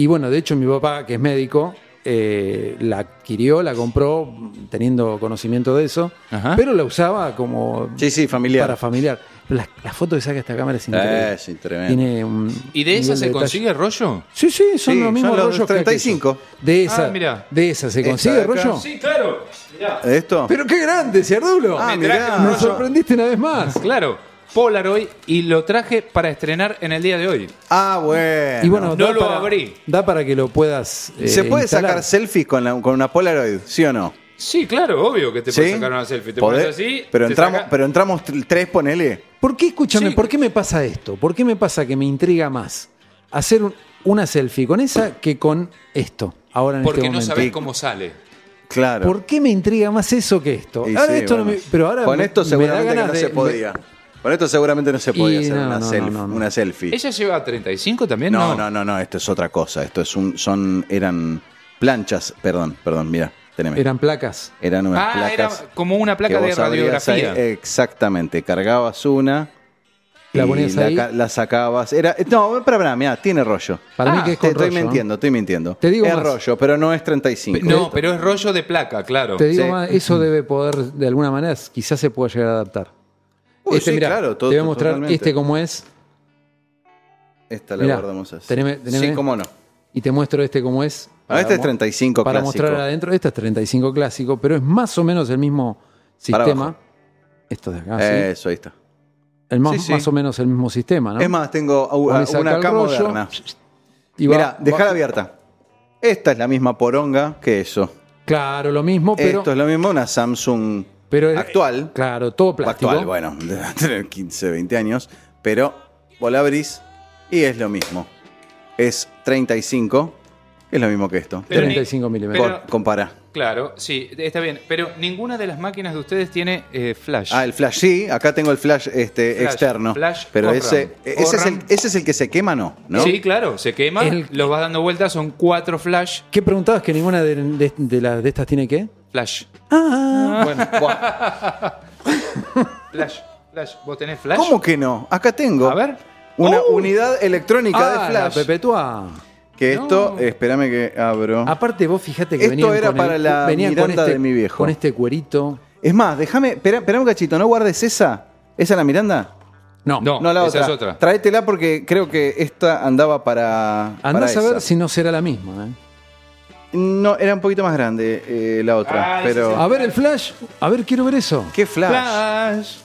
Y bueno, de hecho mi papá, que es médico, eh, la adquirió, la compró teniendo conocimiento de eso, Ajá. pero la usaba como Sí, sí, familiar. para familiar. Pero la, la foto que saca esta cámara es increíble. Eh, sí, tremendo. Tiene un ¿Y de esa nivel se detalle. consigue rollo? Sí, sí, son Sí, los mismos son los rollos que 35. aquellos. de esa, Ah, mirá. de esa se Esta de consigue acá. rollo. Sí, claro. Mirá. ¿Esto? Pero qué grande, Ciardulo. ah, me traje mirá. un Nos sorprendiste una vez más. Claro. Polaroid y lo traje para estrenar en el día de hoy. Ah, bueno. Y bueno, No da lo para, abrí. Da para que lo puedas. eh, ¿Se puede instalar. sacar selfies con, la- con una Polaroid? ¿Sí o no? Sí, claro, obvio que te ¿Sí? puedes sacar una selfie. Te Podés- pones así. Pero te entramos, saca- pero entramos tr- tres, ponele. ¿Por qué, escúchame, Sí. por qué me pasa esto? ¿Por qué me pasa que me intriga más hacer un- una selfie con esa que con esto? Ahora en porque este no momento. sabés cómo sale. Claro. ¿Por qué me intriga más eso que esto? Y Ahora sí, esto no bueno. me- pero ahora con me- esto me da seguramente que ganas no de- se me- podía. Con esto seguramente no se podía Y hacer no, una, no, selfie, no, no, no. una selfie. ¿Ella lleva 35 también? No, no, no, no, esto es otra cosa. Esto es un, son, eran planchas, perdón, perdón, mira, teneme. eran placas. Eran unas Ah, placas. era como una placa que de vos eh, abrías ahí, radiografía. exactamente, cargabas una. La y ponías ahí. ca- la sacabas. Era, no, para, para, mira, tiene rollo. Para mí Ah, que es Te con estoy rollo, ¿eh? mintiendo, estoy mintiendo. Te digo es más. rollo, pero no es 35. No, pero es rollo de placa, claro. Te digo Sí. más, eso debe poder, de alguna manera, quizás se pueda llegar a adaptar. Este, Uy, sí, mirá, claro, to- te voy a mostrar totalmente. este como es Esta la Mirá, guardamos así. teneme- teneme. Sí, cómo no. y te muestro este como es. Ah, este es mo- 35 Para clásico. mostrar adentro, esta es 35 clásico, pero es más o menos el mismo Para sistema. abajo. Esto de acá, Ah, ¿sí? Eso, ahí está. El más, Sí, sí. más o menos el mismo sistema, ¿no? Es más, tengo a- Vos a- le sacás una el acá rollo, moderna. Y va- Mira, va- dejala abierta. Esta es la misma poronga que eso. Claro, lo mismo, pero. Esto es lo mismo, una Samsung pero es- actual. Claro, todo plástico. actual, bueno, debe tener 15, 20 años. Pero vos la abrís y es lo mismo. Es 35, es lo mismo que esto. Pero ni- 35 milímetros. pero- Con- compará. Claro, sí, está bien. Pero ninguna de las máquinas de ustedes tiene eh, flash. Ah, el flash, sí, acá tengo el flash, este, Flash, externo. flash pero Orram. ese, ese, es el, Orram. ese es el que se quema, ¿no? ¿No? Sí, claro, se quema, El- los vas dando vueltas, son cuatro flash. ¿Qué preguntabas que ninguna de, de- de las de estas tiene qué? Flash. Ah. Ah. Bueno, buah. Flash, flash. ¿Vos tenés flash? ¿Cómo que no? Acá tengo. A ver. ¡Oh! Una unidad electrónica Ah, de la flash. perpetua. Que esto, espérame que abro. Ah. Aparte, vos fijate que Esto venían era con el- para la venían con Miranda este, de mi viejo. Con este cuerito. Es más, déjame, espera espera un cachito, ¿no guardes esa? ¿Esa la Miranda? No. No. No, la esa otra. es otra. Traétela porque creo que esta andaba para. para Andás a ver esa. si no será la misma. ¿eh? No, era un poquito más grande eh, la otra. Ah, pero. A ver el flash. A ver, quiero ver eso. ¡Qué flash! Flash.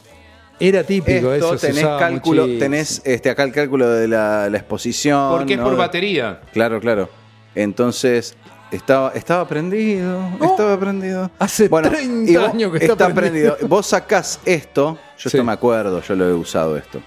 Era típico Esto eso. se tenés usaba cálculo, muchísimo. tenés este, acá el cálculo de la, la exposición. Porque es ¿no? por batería. Claro, claro. Entonces, estaba, estaba prendido. Estaba prendido. Hace 30 y vos- años que está prendido. Vos sacás esto. Yo Sí. esto me acuerdo, yo lo he usado esto.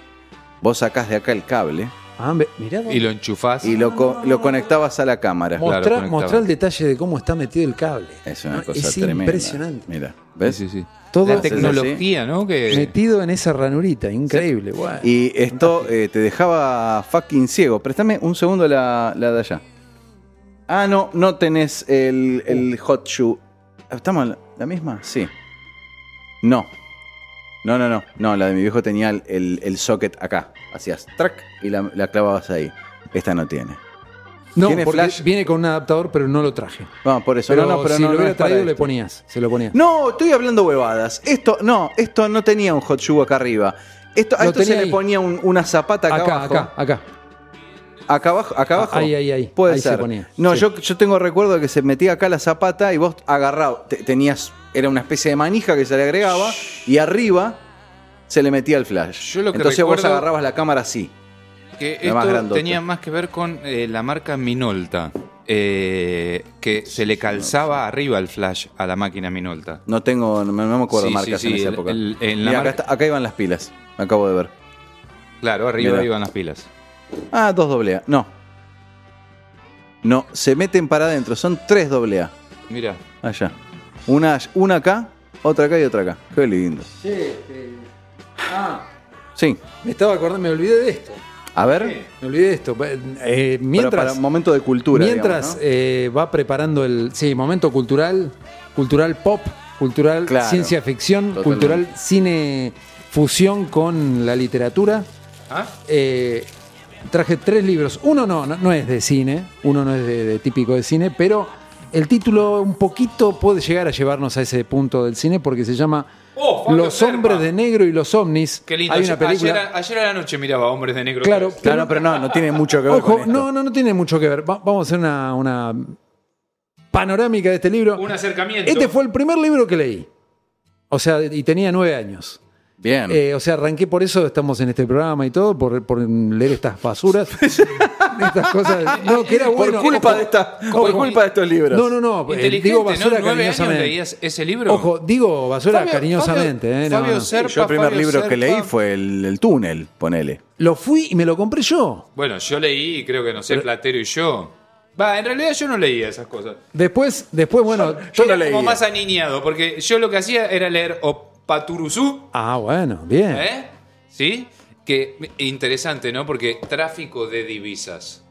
Vos sacás de acá el cable Ah, ve- mirá. Y lo enchufás. y lo, co- lo conectabas a la cámara. Mo- Mostrá, Claro, conectaba. mostrá el detalle de cómo está metido el cable. Es una No, cosa es tremenda. impresionante. Mira, ¿ves? Ah, Sí, sí, sí. Todo La tecnología, ¿no? Que... metido en esa ranurita, increíble. guau. Y esto eh, te dejaba fucking ciego. Préstame un segundo la, la de allá. Ah, no, no tenés el, el Uh. hot shoe. ¿Estamos en la, la misma? Sí. No. No, no, no. No, la de mi viejo tenía el, el- el socket acá. Hacías track y la, la clavabas ahí. Esta no tiene. no, ¿tiene porque flash? viene con un adaptador, pero no lo traje. Vamos, por eso. Pero, no, no, pero si no, lo no hubiera es para traído, le esto. ponías. Se lo ponías. No, estoy hablando huevadas. Esto, no, esto no tenía un hot shoe acá arriba. Esto, a Lo esto se tenía le ahí. ponía un- una zapata acá, acá, abajo. acá, acá. Acá abajo, acá Ah, abajo. ahí, ahí, ahí. Puede Ahí se ser. ponía. No, Sí. yo, yo tengo recuerdo de que se metía acá la zapata y vos agarrabas, te- tenías, era una especie de manija que se le agregaba y arriba se le metía el flash. Yo lo que Entonces vos recuerdo- agarrabas la cámara así. que La más esto grandota. tenía más que ver con eh, la marca Minolta. eh, que se le calzaba arriba el flash a la máquina Minolta. No tengo, no me, no me acuerdo Sí, marcas sí, sí, en esa el- época. el- en la Mira, acá, marca- está- acá iban las pilas, me acabo de ver. Claro, arriba Mirá. iban las pilas. Ah, dos doble A. No. No, se meten para adentro, son tres doble A. Mira, Allá. Una, una acá, otra acá y otra acá. Qué lindo. Ah. Sí, Me estaba acordando, me olvidé de esto. a ver. Me olvidé de esto. Eh, Mientras, mientras para momento de cultura. mientras digamos, ¿no? eh, va preparando el. Sí, momento cultural, cultural pop, cultural Claro. ciencia ficción, Totalmente. cultural cine fusión con la literatura. ¿Ah? Eh, traje tres libros. Uno no, no, no es de cine, uno no es de, de típico de cine, pero el título un poquito puede llegar a llevarnos a ese punto del cine porque se llama Oh, Fabio Los hombres Serpa. de negro y los ovnis. qué lindo. Hay una Ayer- película. Ayer, a- ayer a la noche miraba Hombres de Negro. Claro, tres. Claro, no, pero no, no tiene mucho que ver eh, Ojo, con esto. no, no, no tiene mucho que ver. Va- vamos a hacer una, una panorámica de este libro. Un acercamiento. Este fue el primer libro que leí. O sea, y tenía nueve años. Bien. Eh, o sea, arranqué por eso, estamos en este programa y todo, por, por leer estas basuras. estas cosas. No, que era Por bueno. culpa ojo, de esta- ojo. por culpa de estos libros. No, no, no. eh, Inteligente, digo ¿no? basura ¿Nueve años cariñosamente. leías ese libro? Ojo, digo basura Fabio- cariñosamente. Fabio- eh, no, Fabio no. Serpa, Yo el primer Fabio libro que Serpa. leí fue el, el túnel, ponele. Lo fui y me lo compré yo. Bueno, yo leí, creo que no sé, Platero y yo. Va, en realidad yo no leía esas cosas. Después, después bueno. yo era no como leía. más aniñado, porque yo lo que hacía era leer o Paturuzú, Ah, bueno, bien. ¿eh? ¿Sí? Que interesante, ¿no? Porque tráfico de divisas.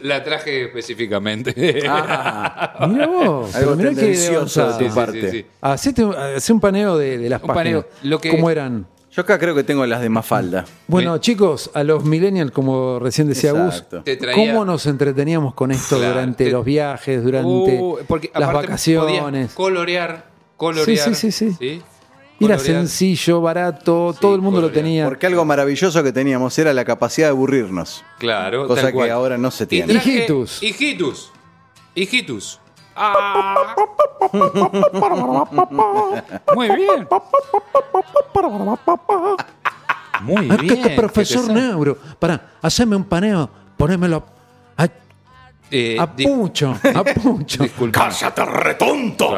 La traje específicamente. Ah, Mira vos, Algo pero mirá qué tendencioso de tu avanzada. sí, parte. sí. Hacete un- hacé un paneo de, de las Un páginas. paneo. Lo que- ¿Cómo eran? Yo acá creo que tengo las de Mafalda. Bueno, Me- chicos, a los millennials, como recién decía Exacto. Te Gus, traía- ¿cómo nos entreteníamos con esto Claro, durante te- los viajes, durante Uh, porque las aparte podías vacaciones? Colorear, colorear. Sí, sí, sí, sí. Era Colorear. sencillo, barato, todo el mundo lo colorear. tenía. Porque algo maravilloso que teníamos era la capacidad de aburrirnos. Claro, Cosa tal que cual. ahora no se Y tiene. traje- Hijitus. Hijitus. Hijitus. Ah. Muy bien. Muy Ah, bien. que este que profesor te sa- Neuro, pará, haceme un paneo, ponémelo a, Eh, a di- pucho, a pucho. disculpa. ¡Cállate, retonto!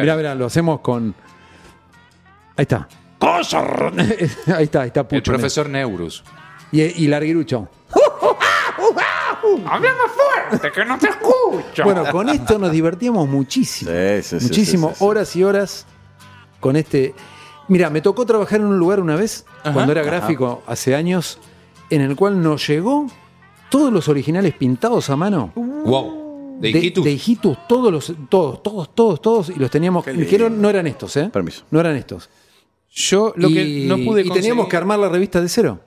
Mirá, mirá, lo hacemos con. Ahí está. ahí está, ahí está el Pucho. profesor Neurus. Y, y Larguirucho. Bueno, con esto nos divertíamos muchísimo. Sí, sí, sí, muchísimo. sí, sí, sí. Horas y horas con este. Mira, me tocó trabajar en un lugar una vez, cuando era gráfico, hace años, en el cual nos llegó todos los originales pintados a mano. Uh. Wow. De de Hijitus. de hijitus, todos, los, todos, todos, todos, todos, y los teníamos. Que no, no eran estos, ¿eh? Permiso. No eran estos. Yo lo que no pude y teníamos conseguir- que armar la revista de cero.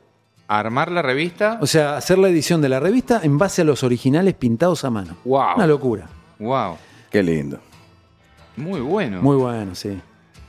armar la revista. O sea, hacer la edición de la revista en base a los originales pintados a mano. Wow. Una locura. Wow. Qué lindo. Muy bueno. Muy bueno, sí.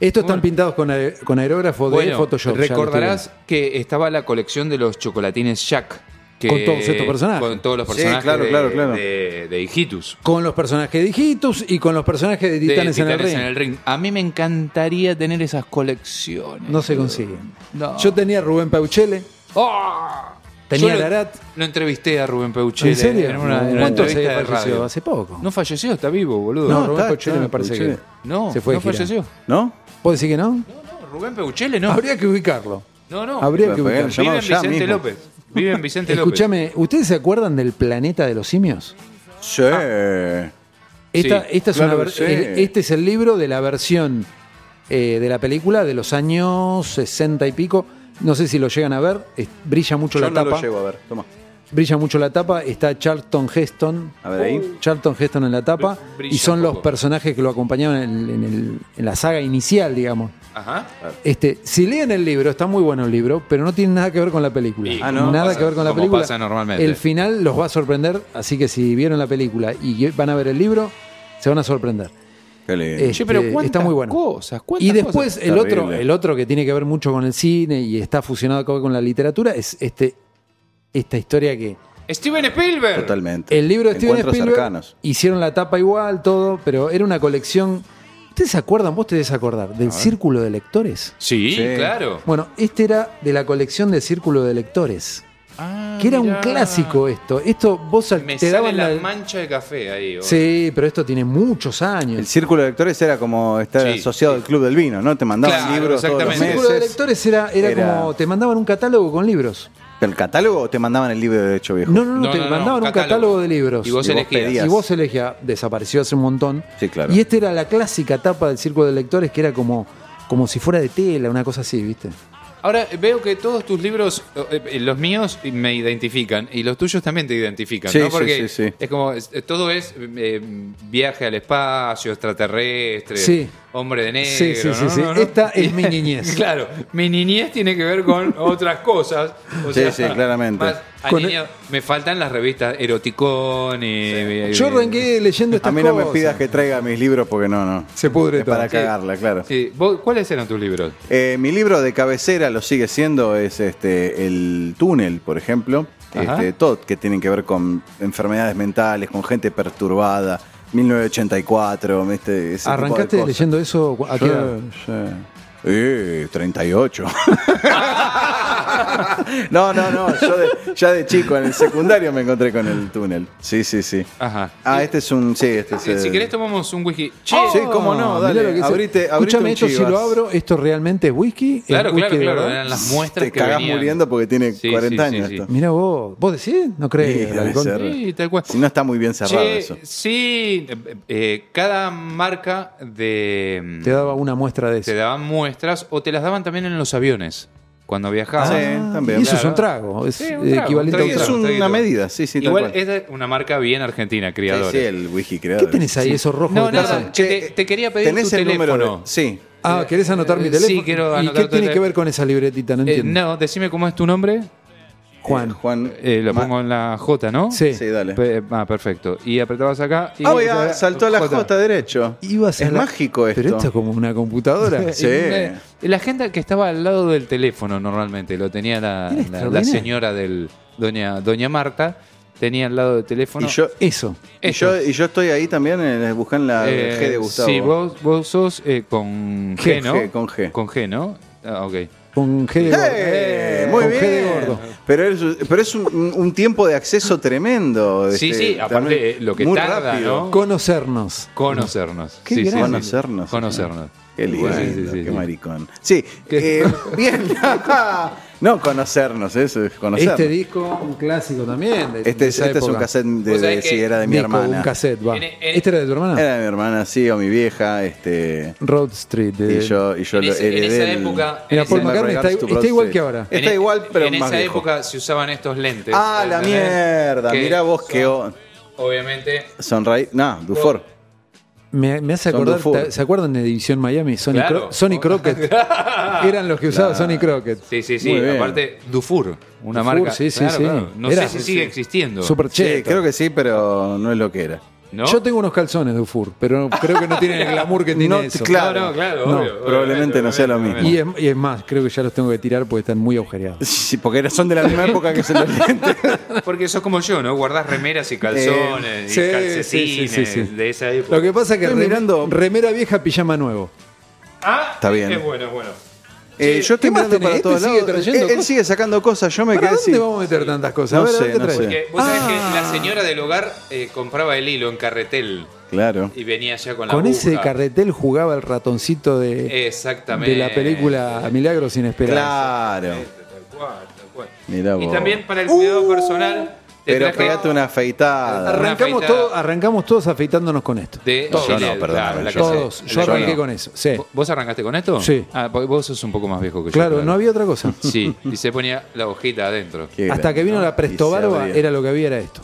Estos están Bueno. pintados con, aer- con aerógrafo de Photoshop. ya lo estoy Recordarás que estaba la colección de los chocolatines Jack. que- Con todos estos personajes. Con todos los Sí, personajes claro, de, claro, claro. de- de Hijitus. viendo. Con los personajes de Hijitus y con los personajes De de Titanes, en, el Titanes Ring. A mí me encantaría tener esas colecciones. No se consiguen. No. Yo tenía Rubén Pauchele. ¡Ah! Tenía Yo lo- Larat. Lo entrevisté a Rubén Peuchele. ¿En serio? En una, en una ¿Cuánto se entrevista de falleció? radio. Hace poco. No falleció, está vivo, boludo. No, No, Rubén está, Pauchele está, me parece Pauchele. que. no, se fue de gira. falleció. ¿no? ¿Puedo decir que no? No, Rubén Peuchele no. Habría que ubicarlo. No, no. Habría que Pero, ubicarlo. pero, Vive en Llamado ya Vicente mismo. López. Vive en Vicente López. Escúchame, ¿ustedes se acuerdan del planeta de los simios? Sí. Ah. Esta, Sí, esta es claro una que ver- sí. eh, Este es el libro de la versión eh, de la película de los años 60 y pico. No sé si lo llegan a ver. es- brilla mucho Yo la no tapa. lo llevo, a ver, toma. brilla mucho la tapa. Está Charlton Heston. A ver ahí. Charlton Heston en la tapa. Br- brilla Y son un los poco. personajes que lo acompañaban en, en el- en la saga inicial, digamos. Ajá. Este, si leen el libro, está muy bueno el libro, pero no tiene nada que ver con la película. Y Ah, ¿no? Nada pasa- que ver con la como película. pasa normalmente. El final los va a sorprender, así que si vieron la película y van a ver el libro, se van a sorprender. Qué lindo. Este, Che, pero cuántas está muy bueno. cosas, cuántas y después cosas. el otro, Terrible. el otro que tiene que ver mucho con el cine y está fusionado acá con la literatura es este esta historia que Steven Spielberg. Totalmente. el libro de Steven Encuentros Spielberg cercanos. hicieron la tapa igual todo, pero era una colección. ¿Ustedes se acuerdan? Vos te debes acordar del círculo de lectores. Sí, Sí. claro. Bueno, este era de la colección de Círculo de Lectores. Ah, que era un mirá. clásico esto. Esto vos al- Me te sale daban la, eh. la. mancha de café ahí. o- Sí, pero esto tiene muchos años. El círculo de lectores era como estar Sí, asociado al club del vino, ¿no? Te mandaban Claro, libros todos los exactamente. meses. círculo de lectores era, era, era- como. Te mandaban un catálogo con libros. ¿Pero el catálogo o te mandaban el libro de derecho viejo? No, no, no, No, te no, no, mandaban un catálogo. catálogo de libros. Y vos Y vos elegías. pedías. Y vos elegías, desapareció hace un montón. Sí, claro. Y esta era la clásica tapa del círculo de lectores que era como, como si fuera de tela, una cosa así, ¿viste? Ahora veo que todos tus libros, eh, eh, los míos me identifican y los tuyos también te identifican, Sí, ¿no? sí, Porque sí, sí. es como es- todo es eh, viaje al espacio, extraterrestre, Sí. hombre de negro. Sí, sí, sí, ¿no? sí. ¿No? ¿No? Esta es mi niñez. claro, mi niñez tiene que ver con otras cosas. o Sí, sea, sí, claramente. más a Con- niño- me faltan las revistas eh, Eroticón y. y- Yo arranqué leyendo estas A mí no me cosas. pidas que traiga mis libros porque no, no. Se pudre Es para todo. cagarla, claro. Sí, vos, ¿Cuáles eran tus libros? Eh, mi libro de cabecera lo sigue siendo, es este El Túnel, por ejemplo. Ajá. Este, todo que tienen que ver con enfermedades mentales, con gente perturbada, 1984, este, ese tipo ¿Arrancaste de cosas. leyendo eso? ¿A qué edad? Sí, sí. Eh, 38. no, no, no. Yo de- ya de chico, en el secundario me encontré con el túnel. Sí, sí, sí. Ajá. Ah, este es un. Sí, este es. Si, Eh, si el- querés, tomamos un whisky. Che, Oh, Sí, cómo no, dale, Ah, mirá lo que es. abrite- abrite Escúchame, un esto si Chivas. lo abro, ¿esto realmente es whisky? ¿Es Claro, whisky claro, de claro. verdad? Eran las muestras Te que cagás venían. muriendo porque tiene Sí, 40 sí, sí, años sí. esto. Mirá vos, ¿vos decís? No Sí, crees. debe ser. Sí, tal cual. Si no está muy bien cerrado Che, eso. Sí, eh, eh, cada marca de Te daba una muestra de eso. te daban muestras o te las daban también en los aviones cuando viajabas. Sí. también. Y eso Claro. es un trago, es Sí, un trago, equivalente un a trago. Ah, un Es trago. un una traguito. medida, sí, sí, tal Igual cual. es de una marca bien argentina, criador. Sí, sí, el wiki creador. ¿Qué tenés ahí, eso rojo No, que nada, pasa? che, te- te quería pedir ¿Tenés tu el número? teléfono. de- Sí. Ah, ¿querés anotar mi Eh, teléfono? sí, quiero ¿Y anotar qué tu tiene que teléfono. ver con esa libretita? No entiendo. Eh, no, decime cómo es tu nombre. Juan. Eh, Juan. Eh, lo Ma- pongo en la J, ¿no? Sí. Sí, dale. Pe- ah, perfecto. Y apretabas acá. y- Ah, oiga, saltó a la J. J derecho. Ibas a es la- mágico esto. Pero esto es como una computadora. Sí. Eh, La agenda que estaba al lado del teléfono normalmente, lo tenía la, Mira, la- la extraordinario. señora del doña, doña Marta, tenía al lado del teléfono. Y yo, Eso. y Esto. yo, y yo estoy ahí también en, buscan la Eh, G de Gustavo. Sí, vos, vos sos eh, con G, G, ¿no? G, con G. Con G, ¿no? Ah, ok. Con G de gordo. ¡Eh! Muy con bien. G de gordo. Pero es, pero es un, un tiempo de acceso tremendo. este Sí, sí, aparte, eh, lo que muy tarda, rápido. ¿no? Conocernos. Conocernos. Qué Sí, sí, grande. sí. Conocernos. Conocernos. Qué lindo, Sí, sí, sí, qué sí. maricón. Sí, eh, bien. no conocernos, eso es conocernos. Este Este, disco, un clásico también. de- este, de esa es un época. cassette de, Vos sabés de- que- sí, era de mi Disco, hermana. Un cassette, va. En- en- ¿Este era de tu hermana? Era de mi hermana, sí, o mi vieja, este. Road Street. de- Y yo, y yo en lo ese- en heredé esa el- época- Eh, Mira, en Paul ese- McCartney está, Regards to está Broad igual Street. que ahora. Está En- e- igual, pero En más esa viejo. época se usaban estos lentes. Ah, la ¿entendés? mierda. Que Mirá vos son, que. o- Obviamente. Sunrise. No, Dufour. Me, me hace Son acordar, Dufour. ¿te- ¿se acuerdan de División Miami? Sonny, Claro. Cro- Sonny Crockett. Eran los que usaba Sonny Crockett. Sí, sí, sí. Muy bien. Aparte, Dufour, una Dufour, marca. sí, sí, Claro, sí. claro. No Era- sé si sigue existiendo. Super Sí, cheto. creo que sí, pero no es lo que era. ¿no? Yo tengo unos calzones de Ufur, pero creo que no tienen el glamour que tiene No, eso. claro. No, no, claro, No, obvio, probablemente no sea lo obviamente, Y obviamente. es, y es más, creo que ya los tengo que tirar porque están muy agujereados. Sí, porque era- son de la misma época que se los lentes. Porque sos como yo, ¿no? Guardás remeras y calzones y Eh, sí, calcetines sí, sí, sí, sí. de esa época. Lo que pasa es que Estoy rem- mirando- remera vieja, pijama nuevo. Ah, Está bien. Es bueno, es bueno. Eh, yo ¿qué estoy más mirando para tenés? todos Este sigue lados. trayendo Él, él cosas. sigue sacando cosas. Yo me ¿Para quedé dónde sin. vamos a meter tantas cosas? No A ver, sé, a ver, ¿qué no traes? sé. Que vos sabés que Ah. la señora del hogar eh, compraba el hilo en carretel Claro. y venía ya con la Con ese aguja. carretel jugaba el ratoncito de, Exactamente. de la película Milagros Inesperados. Claro. Tal cual, tal cual. Mirá Y vos. también para el cuidado Uh. personal. te Pero traje pegate una afeitada. Arran- Arrancamos, Una todo, afeitada. arrancamos todos afeitándonos con esto. De Todos. Chanel, Yo no, perdóname, claro, la que yo no. Todos. sé. Yo Yo arranqué no. con eso. Sí. ¿Vos arrancaste con esto? Sí. Ah, porque vos sos un poco más viejo que yo. Claro, no había otra cosa. Sí, y se ponía la hojita adentro. Qué Hasta que grande, vino ¿no? la Prestobarba, Y se abría. era lo que había, era esto.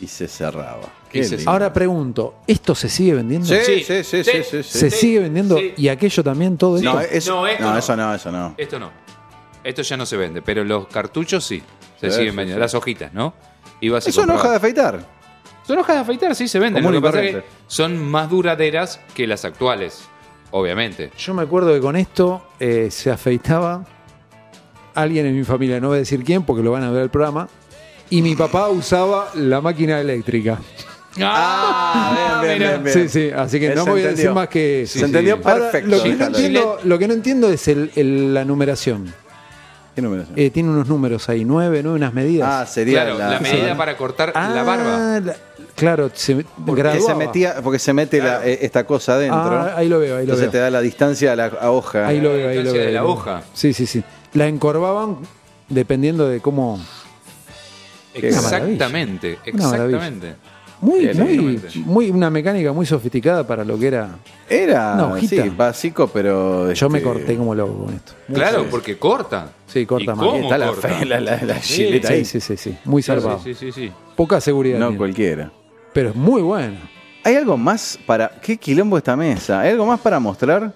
Y se cerraba. Y Qué se- lindo. Ahora pregunto, ¿esto se sigue vendiendo? Sí, sí, sí, sí, sí, sí, ¿Se sí, sigue vendiendo sí. y aquello también todo esto? No, Sí. eso no, No, esto no. eso no, eso no. Esto no. Esto ya no se vende, pero los cartuchos sí. Se Sí, siguen sí, vendiendo. sí. Las hojitas, ¿no? Ibas y Es una comprabas. hoja de afeitar. Son hojas de afeitar, sí, se venden. Lo Común que y pasa es que corriente. son más duraderas que las actuales, obviamente. Yo me acuerdo que con esto eh, se afeitaba alguien en mi familia, no voy a decir quién porque lo van a ver el programa, y mi papá usaba la máquina eléctrica. Ah, bien, bien, mira. bien, bien. Sí, sí, así que Eh, no se voy a entendió. decir más que... se entendió sí. Ahora, perfecto. lo, que no déjalo ahí. entiendo, lo que no entiendo es el- el- la numeración. ¿Qué numeración? Eh, tiene unos números ahí, nueve, nueve, unas medidas. ah, sería Claro, la, medida para cortar la barba. Ah, la- claro, se Porque se, graduaba. metía, porque se mete la- eh, esta cosa adentro. Ah, ahí lo veo, ahí lo Entonces veo. te da la distancia a la a hoja. Ahí lo veo, ahí lo distancia veo. de la ahí lo hoja. veo. Sí, sí, sí. La encorvaban dependiendo de cómo. Qué Exactamente, maravilla. Una maravilla. exactamente. Muy, Bien, muy, exactamente. muy, una mecánica muy sofisticada para lo que era. Era Una hojita. sí, básico, pero. Yo me este, corté como loco con esto. Claro, porque corta. Sí, corta ¿Y más. cómo Está la, corta? fe- la, la, la Sí, chileta Sí, ahí. sí, sí, sí. Muy salvado. Sí, sí, sí, sí. Poca seguridad. No tiene. cualquiera. Pero es muy bueno. ¿Hay algo más para.? ¿Qué quilombo esta mesa? ¿Hay algo más para mostrar?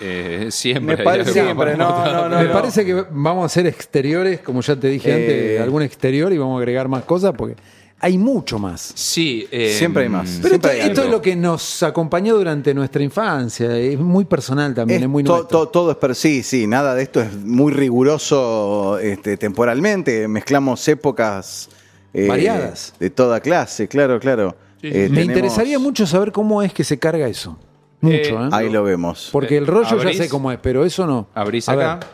Eh, siempre. Me parece- hay algo siempre, más. no, no, no. Me parece que vamos a hacer exteriores, como ya te dije Eh. antes, algún exterior y vamos a agregar más cosas porque hay mucho más. Sí. eh, Siempre hay más. Pero esto, Siempre hay esto es algo. lo que nos acompañó durante nuestra infancia. Es muy personal también, es, Es muy to- nuestro. to- todo es per sí, sí, nada de esto es muy riguroso este, temporalmente. Mezclamos épocas eh, Variadas. de toda clase, claro, claro. Eh, Sí, sí. Me interesaría mucho saber cómo es que se carga eso. Mucho, Eh, ¿eh? Ahí lo vemos. Porque el rollo Abrís- ya sé cómo es, pero eso no. Abrís A ver, acá.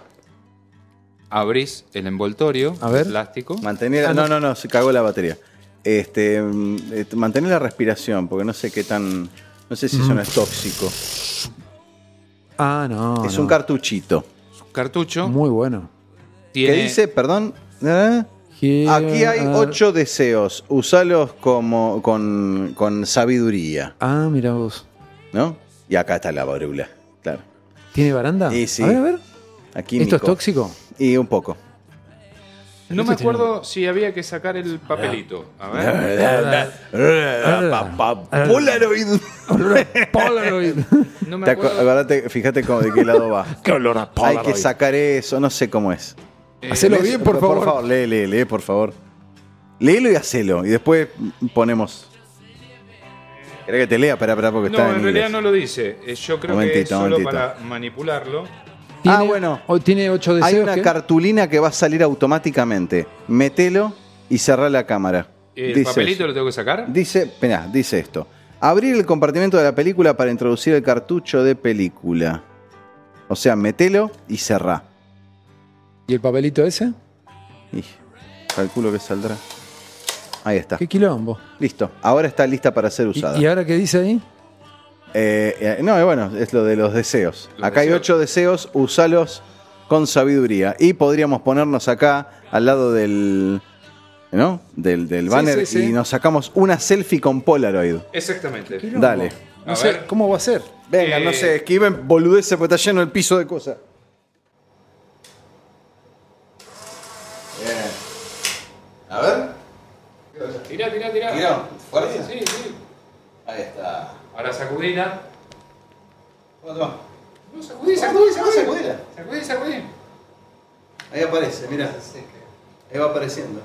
Abrís el envoltorio. A ver. Plástico. Ah, Mantener, no, no, no, se cagó la batería. Este, mm, eh, mantener la respiración, porque no sé qué tan, no sé si Mm. eso no es tóxico. Ah, no. es no. un cartuchito Cartucho. Muy bueno. tiene, que dice, perdón. ¿eh? Here Aquí hay are- ocho deseos. Usalos como con, con sabiduría, Ah, mira vos. ¿no? Y acá está la barula, claro. ¿Tiene baranda? Y sí. A ver, a ver. Aquí ¿Esto es tóxico? Y un poco. No Este me acuerdo si había que sacar el papelito. A ver. Polaroid. Polaroid. No me Te acu- acuerdo. acordate, fíjate cómo- de qué lado va. Hay que sacar eso, no sé cómo es. Hacelo bien, Eh, por favor. Por favor, lee, lee, lee, por favor. Léelo y hacelo. Y después ponemos. ¿Querés que te lea? Espera, espera, porque No, está en en realidad inglés. no lo dice. Eh, Yo creo que es Momentito, solo momentito. para manipularlo. ¿Tiene- Ah, bueno. o- tiene ocho deseos. Hay una que- cartulina que va a salir automáticamente. Metelo y cerrá la cámara. Eh, ¿El Dice papelito eso. lo tengo que sacar? Dice, mirá, dice esto. Abrir el compartimento de la película para introducir el cartucho de película. O sea, metelo y cerrá. ¿Y el papelito ese? Y calculo que saldrá. Ahí está. ¿Qué quilombo? Listo. Ahora está lista para ser ¿Y, usada. y ahora qué dice ahí? Eh, eh, no, eh, bueno, es lo de los deseos. Los acá hay deseos. ocho deseos, usalos con sabiduría. Y podríamos ponernos acá al lado del. ¿No? Del, del Sí, banner sí, sí. y nos sacamos una selfie con Polaroid. Exactamente. Dale. No A sé, ver. ¿cómo va a ser? Venga, Eh, no sé, esquiven boludeces porque está lleno el piso de cosas. A ver. Tirá, tirá, tirá. Tirá, fuerza. Sí, sí, sí. Ahí está. Ahora sacudila. No, sacudí, Sacudí, sacudí, sacudí, sacudí. Ah, Sacudí, sacudila. sacudí. Ahí aparece, mira. Ahí va apareciendo.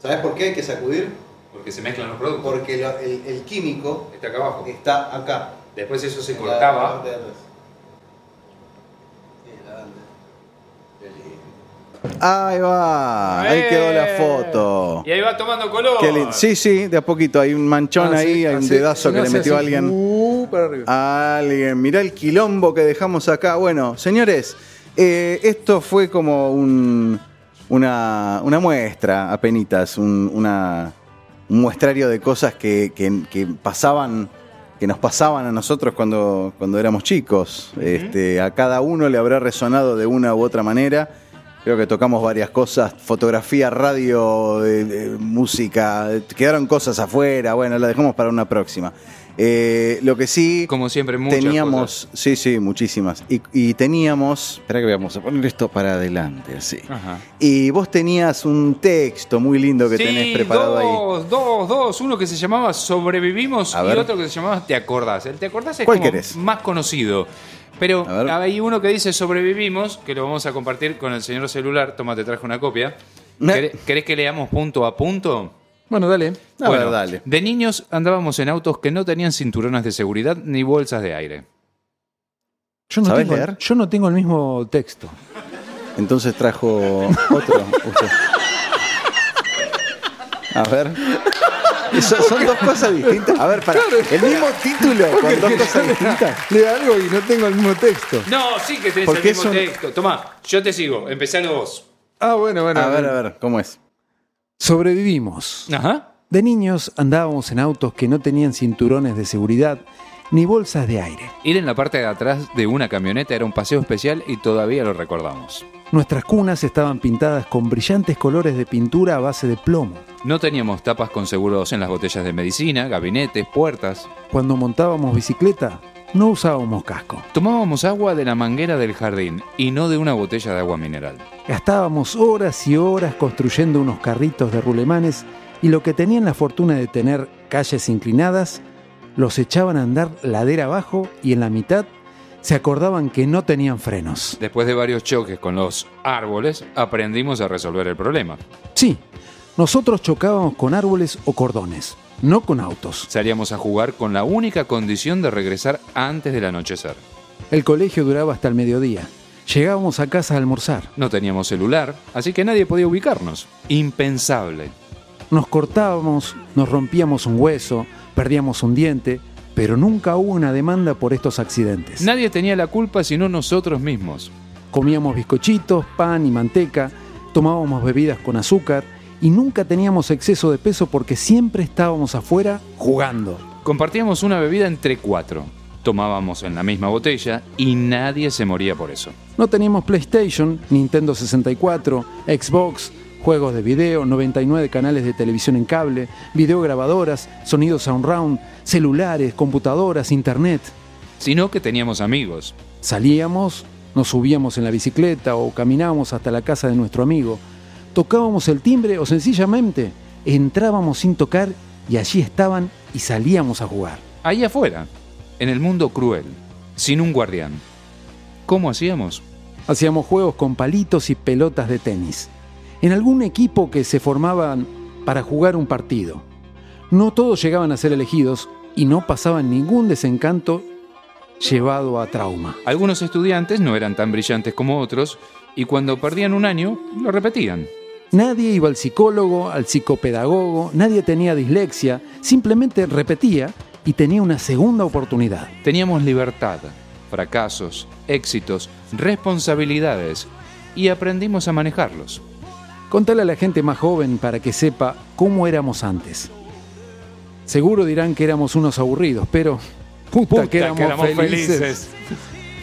¿Sabes por qué hay que sacudir? Porque se mezclan los productos. Porque lo- el, el químico Está acá abajo. está acá. Después eso se en la cortaba. parte de atrás. Sí, la banda. Qué lindo. Ahí va, ahí ¡Eh! quedó la foto. Y ahí va tomando color. Qué lindo. Sí, sí, de a poquito. Hay un manchón Ah, ahí, sí, hay un así, dedazo que no le hace metió así. alguien. Uh, para arriba. Alguien, mirá el quilombo que dejamos acá. Bueno, señores, eh, esto fue como un- una, una muestra, apenitas, un, una- un muestrario de cosas que, que- que pasaban, que nos pasaban a nosotros cuando, cuando éramos chicos. Este, a cada uno le habrá resonado de una u otra manera. Creo que tocamos varias cosas, fotografía, radio, eh, eh, música, quedaron cosas afuera, bueno, la dejamos para una próxima. Eh, lo que sí Como siempre, muchas cosas. teníamos, sí, sí, muchísimas. Y, y teníamos, espera que vamos a poner esto para adelante, así. Ah. Ajá. Y vos tenías un texto muy lindo que sí, tenés preparado ahí. dos, dos, dos. Uno que se llamaba Sobrevivimos A y ver. otro que se llamaba Te acordás. El Te acordás es ¿Cuál como querés? más conocido. Pero A ver. hay uno que dice Sobrevivimos, que lo vamos a compartir con el señor celular. Toma, te traje una copia. Me- ¿Querés, querés que leamos punto a punto? Bueno, dale. A ver, dale. De niños andábamos en autos que no tenían cinturones de seguridad ni bolsas de aire. Yo no, ¿Sabés tengo, leer? yo no tengo el mismo texto. Entonces trajo otro. usted. A ver. Son, son dos cosas distintas. A ver, para. Claro, el mismo título con dos que cosas yo lea- distintas. lea algo y no tengo el mismo texto. No, sí que tenés ¿Por el qué mismo son- texto. Tomá, yo te sigo. Empezalo vos. Ah, bueno, bueno. A ver, bueno. a ver, ¿cómo es? Sobrevivimos. Ajá. De niños andábamos en autos que no tenían cinturones de seguridad ni bolsas de aire. Ir en la parte de atrás de una camioneta era un paseo especial y todavía lo recordamos. Nuestras cunas estaban pintadas con brillantes colores de pintura a base de plomo. No teníamos tapas con seguros en las botellas de medicina, gabinetes, puertas. Cuando montábamos bicicleta, no usábamos casco. Tomábamos agua de la manguera del jardín y no de una botella de agua mineral. Gastábamos horas y horas construyendo unos carritos de rulemanes y lo que tenían la fortuna de tener calles inclinadas, los echaban a andar ladera abajo y en la mitad se acordaban que no tenían frenos. Después de varios choques con los árboles, aprendimos a resolver el problema. Sí, nosotros chocábamos con árboles o cordones, no con autos. Salíamos a jugar con la única condición de regresar antes del anochecer. El colegio duraba hasta el mediodía. Llegábamos a casa a almorzar. No teníamos celular, así que nadie podía ubicarnos. Impensable. Nos cortábamos, nos rompíamos un hueso, perdíamos un diente, pero nunca hubo una demanda por estos accidentes. Nadie tenía la culpa sino nosotros mismos. Comíamos bizcochitos, pan y manteca, tomábamos bebidas con azúcar y nunca teníamos exceso de peso porque siempre estábamos afuera jugando. Compartíamos una bebida entre cuatro. Tomábamos en la misma botella y nadie se moría por eso. No teníamos PlayStation, Nintendo 64, Xbox, juegos de video, 99 canales de televisión en cable, videograbadoras, sonidos sound round, celulares, computadoras, internet. Sino que teníamos amigos. Salíamos, nos subíamos en la bicicleta o caminábamos hasta la casa de nuestro amigo, tocábamos el timbre o sencillamente entrábamos sin tocar y allí estaban y salíamos a jugar. Ahí afuera. En el mundo cruel. Sin un guardián. ¿Cómo hacíamos? Hacíamos juegos con palitos y pelotas de tenis. En algún equipo que se formaban para jugar un partido. No todos llegaban a ser elegidos y no pasaban ningún desencanto llevado a trauma. Algunos estudiantes no eran tan brillantes como otros y cuando perdían un año lo repetían. Nadie iba al psicólogo, al psicopedagogo, nadie tenía dislexia, simplemente repetía y tenía una segunda oportunidad. Teníamos libertad, fracasos, éxitos, responsabilidades y aprendimos a manejarlos. Contale a la gente más joven para que sepa cómo éramos antes. Seguro dirán que éramos unos aburridos, pero puta, que éramos, felices.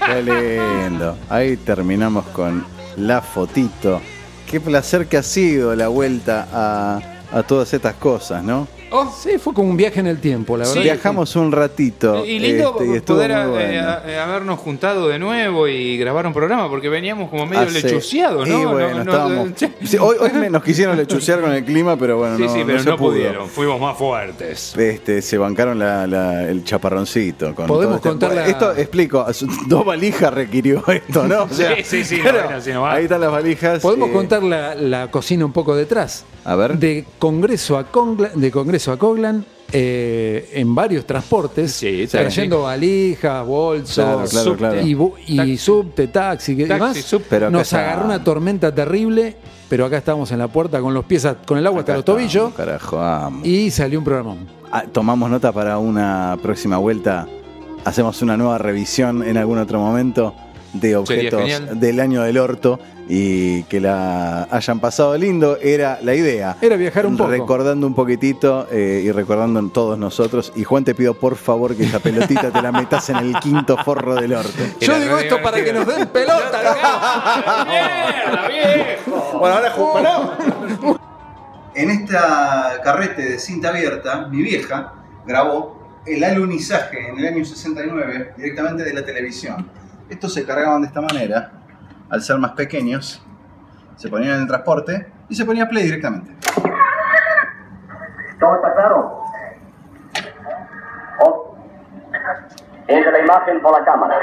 Qué lindo. Ahí terminamos con la fotito. Qué placer que ha sido la vuelta a, a todas estas cosas, ¿no? Oh, Sí, fue como un viaje en el tiempo, la Sí. verdad. Viajamos un ratito. Y lindo este, y estuvo poder muy eh, bueno. a- eh, habernos juntado de nuevo y grabar un programa, porque veníamos como medio Hace- lechuceados, ¿no? Ah, Y No, bueno, no, estábamos- sí, Sí, hoy, hoy me- nos quisieron lechucear con el clima, pero bueno, sí, no, pero no, se pudo. pudieron, fuimos más fuertes. Este, se bancaron la- la- el chaparroncito. Con Podemos todo este contar la- Esto, explico, dos valijas requirió esto, ¿no? O sea, Sí, sí, sí, no, claro, bueno, si no va. ahí están las valijas. Podemos eh, contar la, la cocina un poco detrás. A ver. De Congreso a Congla- de Congreso a Coglan, eh, en varios transportes, Sí, sí. trayendo valijas, Claro, bolsos, claro, subte claro. y, bu- y Taxi. subte, taxi, que- y Taxi, demás. subte. Pero acá Nos está- agarró una tormenta terrible, pero acá estábamos en la puerta con los pies, a- con el agua hasta acá los tobillos estamos, Carajo, vamos. y salió un programón. Ah, tomamos nota para una próxima vuelta. Hacemos una nueva revisión en algún otro momento de objetos genial. del año del orto y que la hayan pasado lindo. Era la idea. Era viajar un poco. Recordando un poquitito eh, y recordando en todos nosotros. Y Juan, te pido por favor que esa pelotita te la metas en el quinto forro del orto. Yo digo esto para que nos den pelota. Bueno, ahora En esta carrete de cinta abierta, mi vieja grabó el alunizaje en el año 69 directamente de la televisión. Estos se cargaban de esta manera, al ser más pequeños, se ponían en el transporte y se ponía play directamente. ¿Todo está claro? Oh. Entra la imagen por la cámara.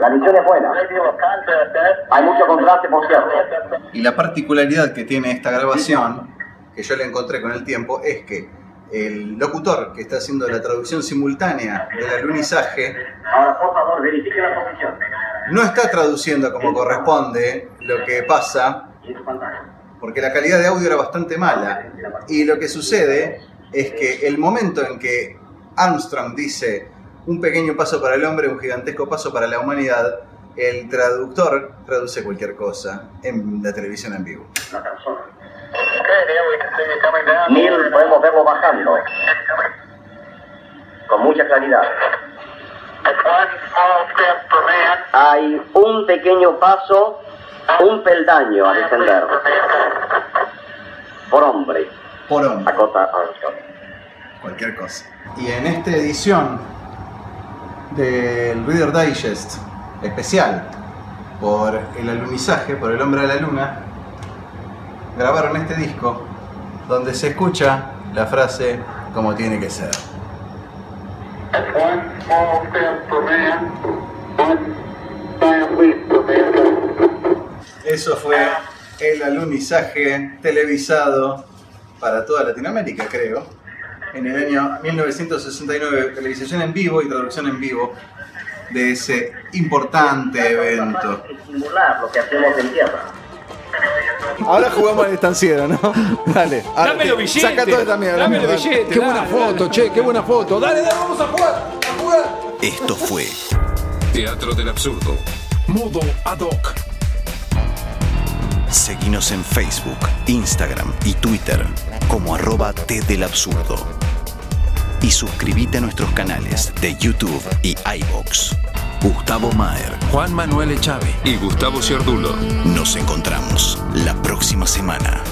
La visión es buena. Hay mucho contraste, por cierto. Y la particularidad que tiene esta grabación, que yo la encontré con el tiempo, es que el locutor que está haciendo la traducción simultánea del alunizaje Ahora, por favor, verifique la posición. no está traduciendo como corresponde lo que pasa, Y su pantalla. porque la calidad de audio era bastante mala. Y lo que sucede es que el momento en que Armstrong dice un pequeño paso para el hombre, un gigantesco paso para la humanidad, el traductor traduce cualquier cosa en la televisión en vivo. Neil, podemos verlo bajando. Con mucha claridad. Hay un pequeño paso, un peldaño a descender. Por hombre, Por hombre. acota Armstrong. cualquier cosa. Y en esta edición del Reader Digest especial por el alunizaje, por el hombre a la luna, grabaron este disco donde se escucha la frase como tiene que ser. Eso fue el alunizaje televisado para toda Latinoamérica, creo. En el año 1969, televisación en vivo y traducción en vivo de ese importante evento. Simular lo que hacemos en tierra. Ahora jugamos al estanciero, ¿no? Dale. ahora Dame los te- billetes. Saca todo esta mierda. Dame los dale. billetes. Qué buena dale, foto, che, qué buena foto. Dale, dale, vamos a jugar, a jugar. Esto fue Teatro del absurdo. Modo Ad hoc. Seguinos en Facebook, Instagram y Twitter como arroba T del Absurdo. Y suscríbete a nuestros canales de YouTube y iBox. Gustavo Maher. Juan Manuel Echave y Gustavo Ciardulo. Nos encontramos la próxima semana.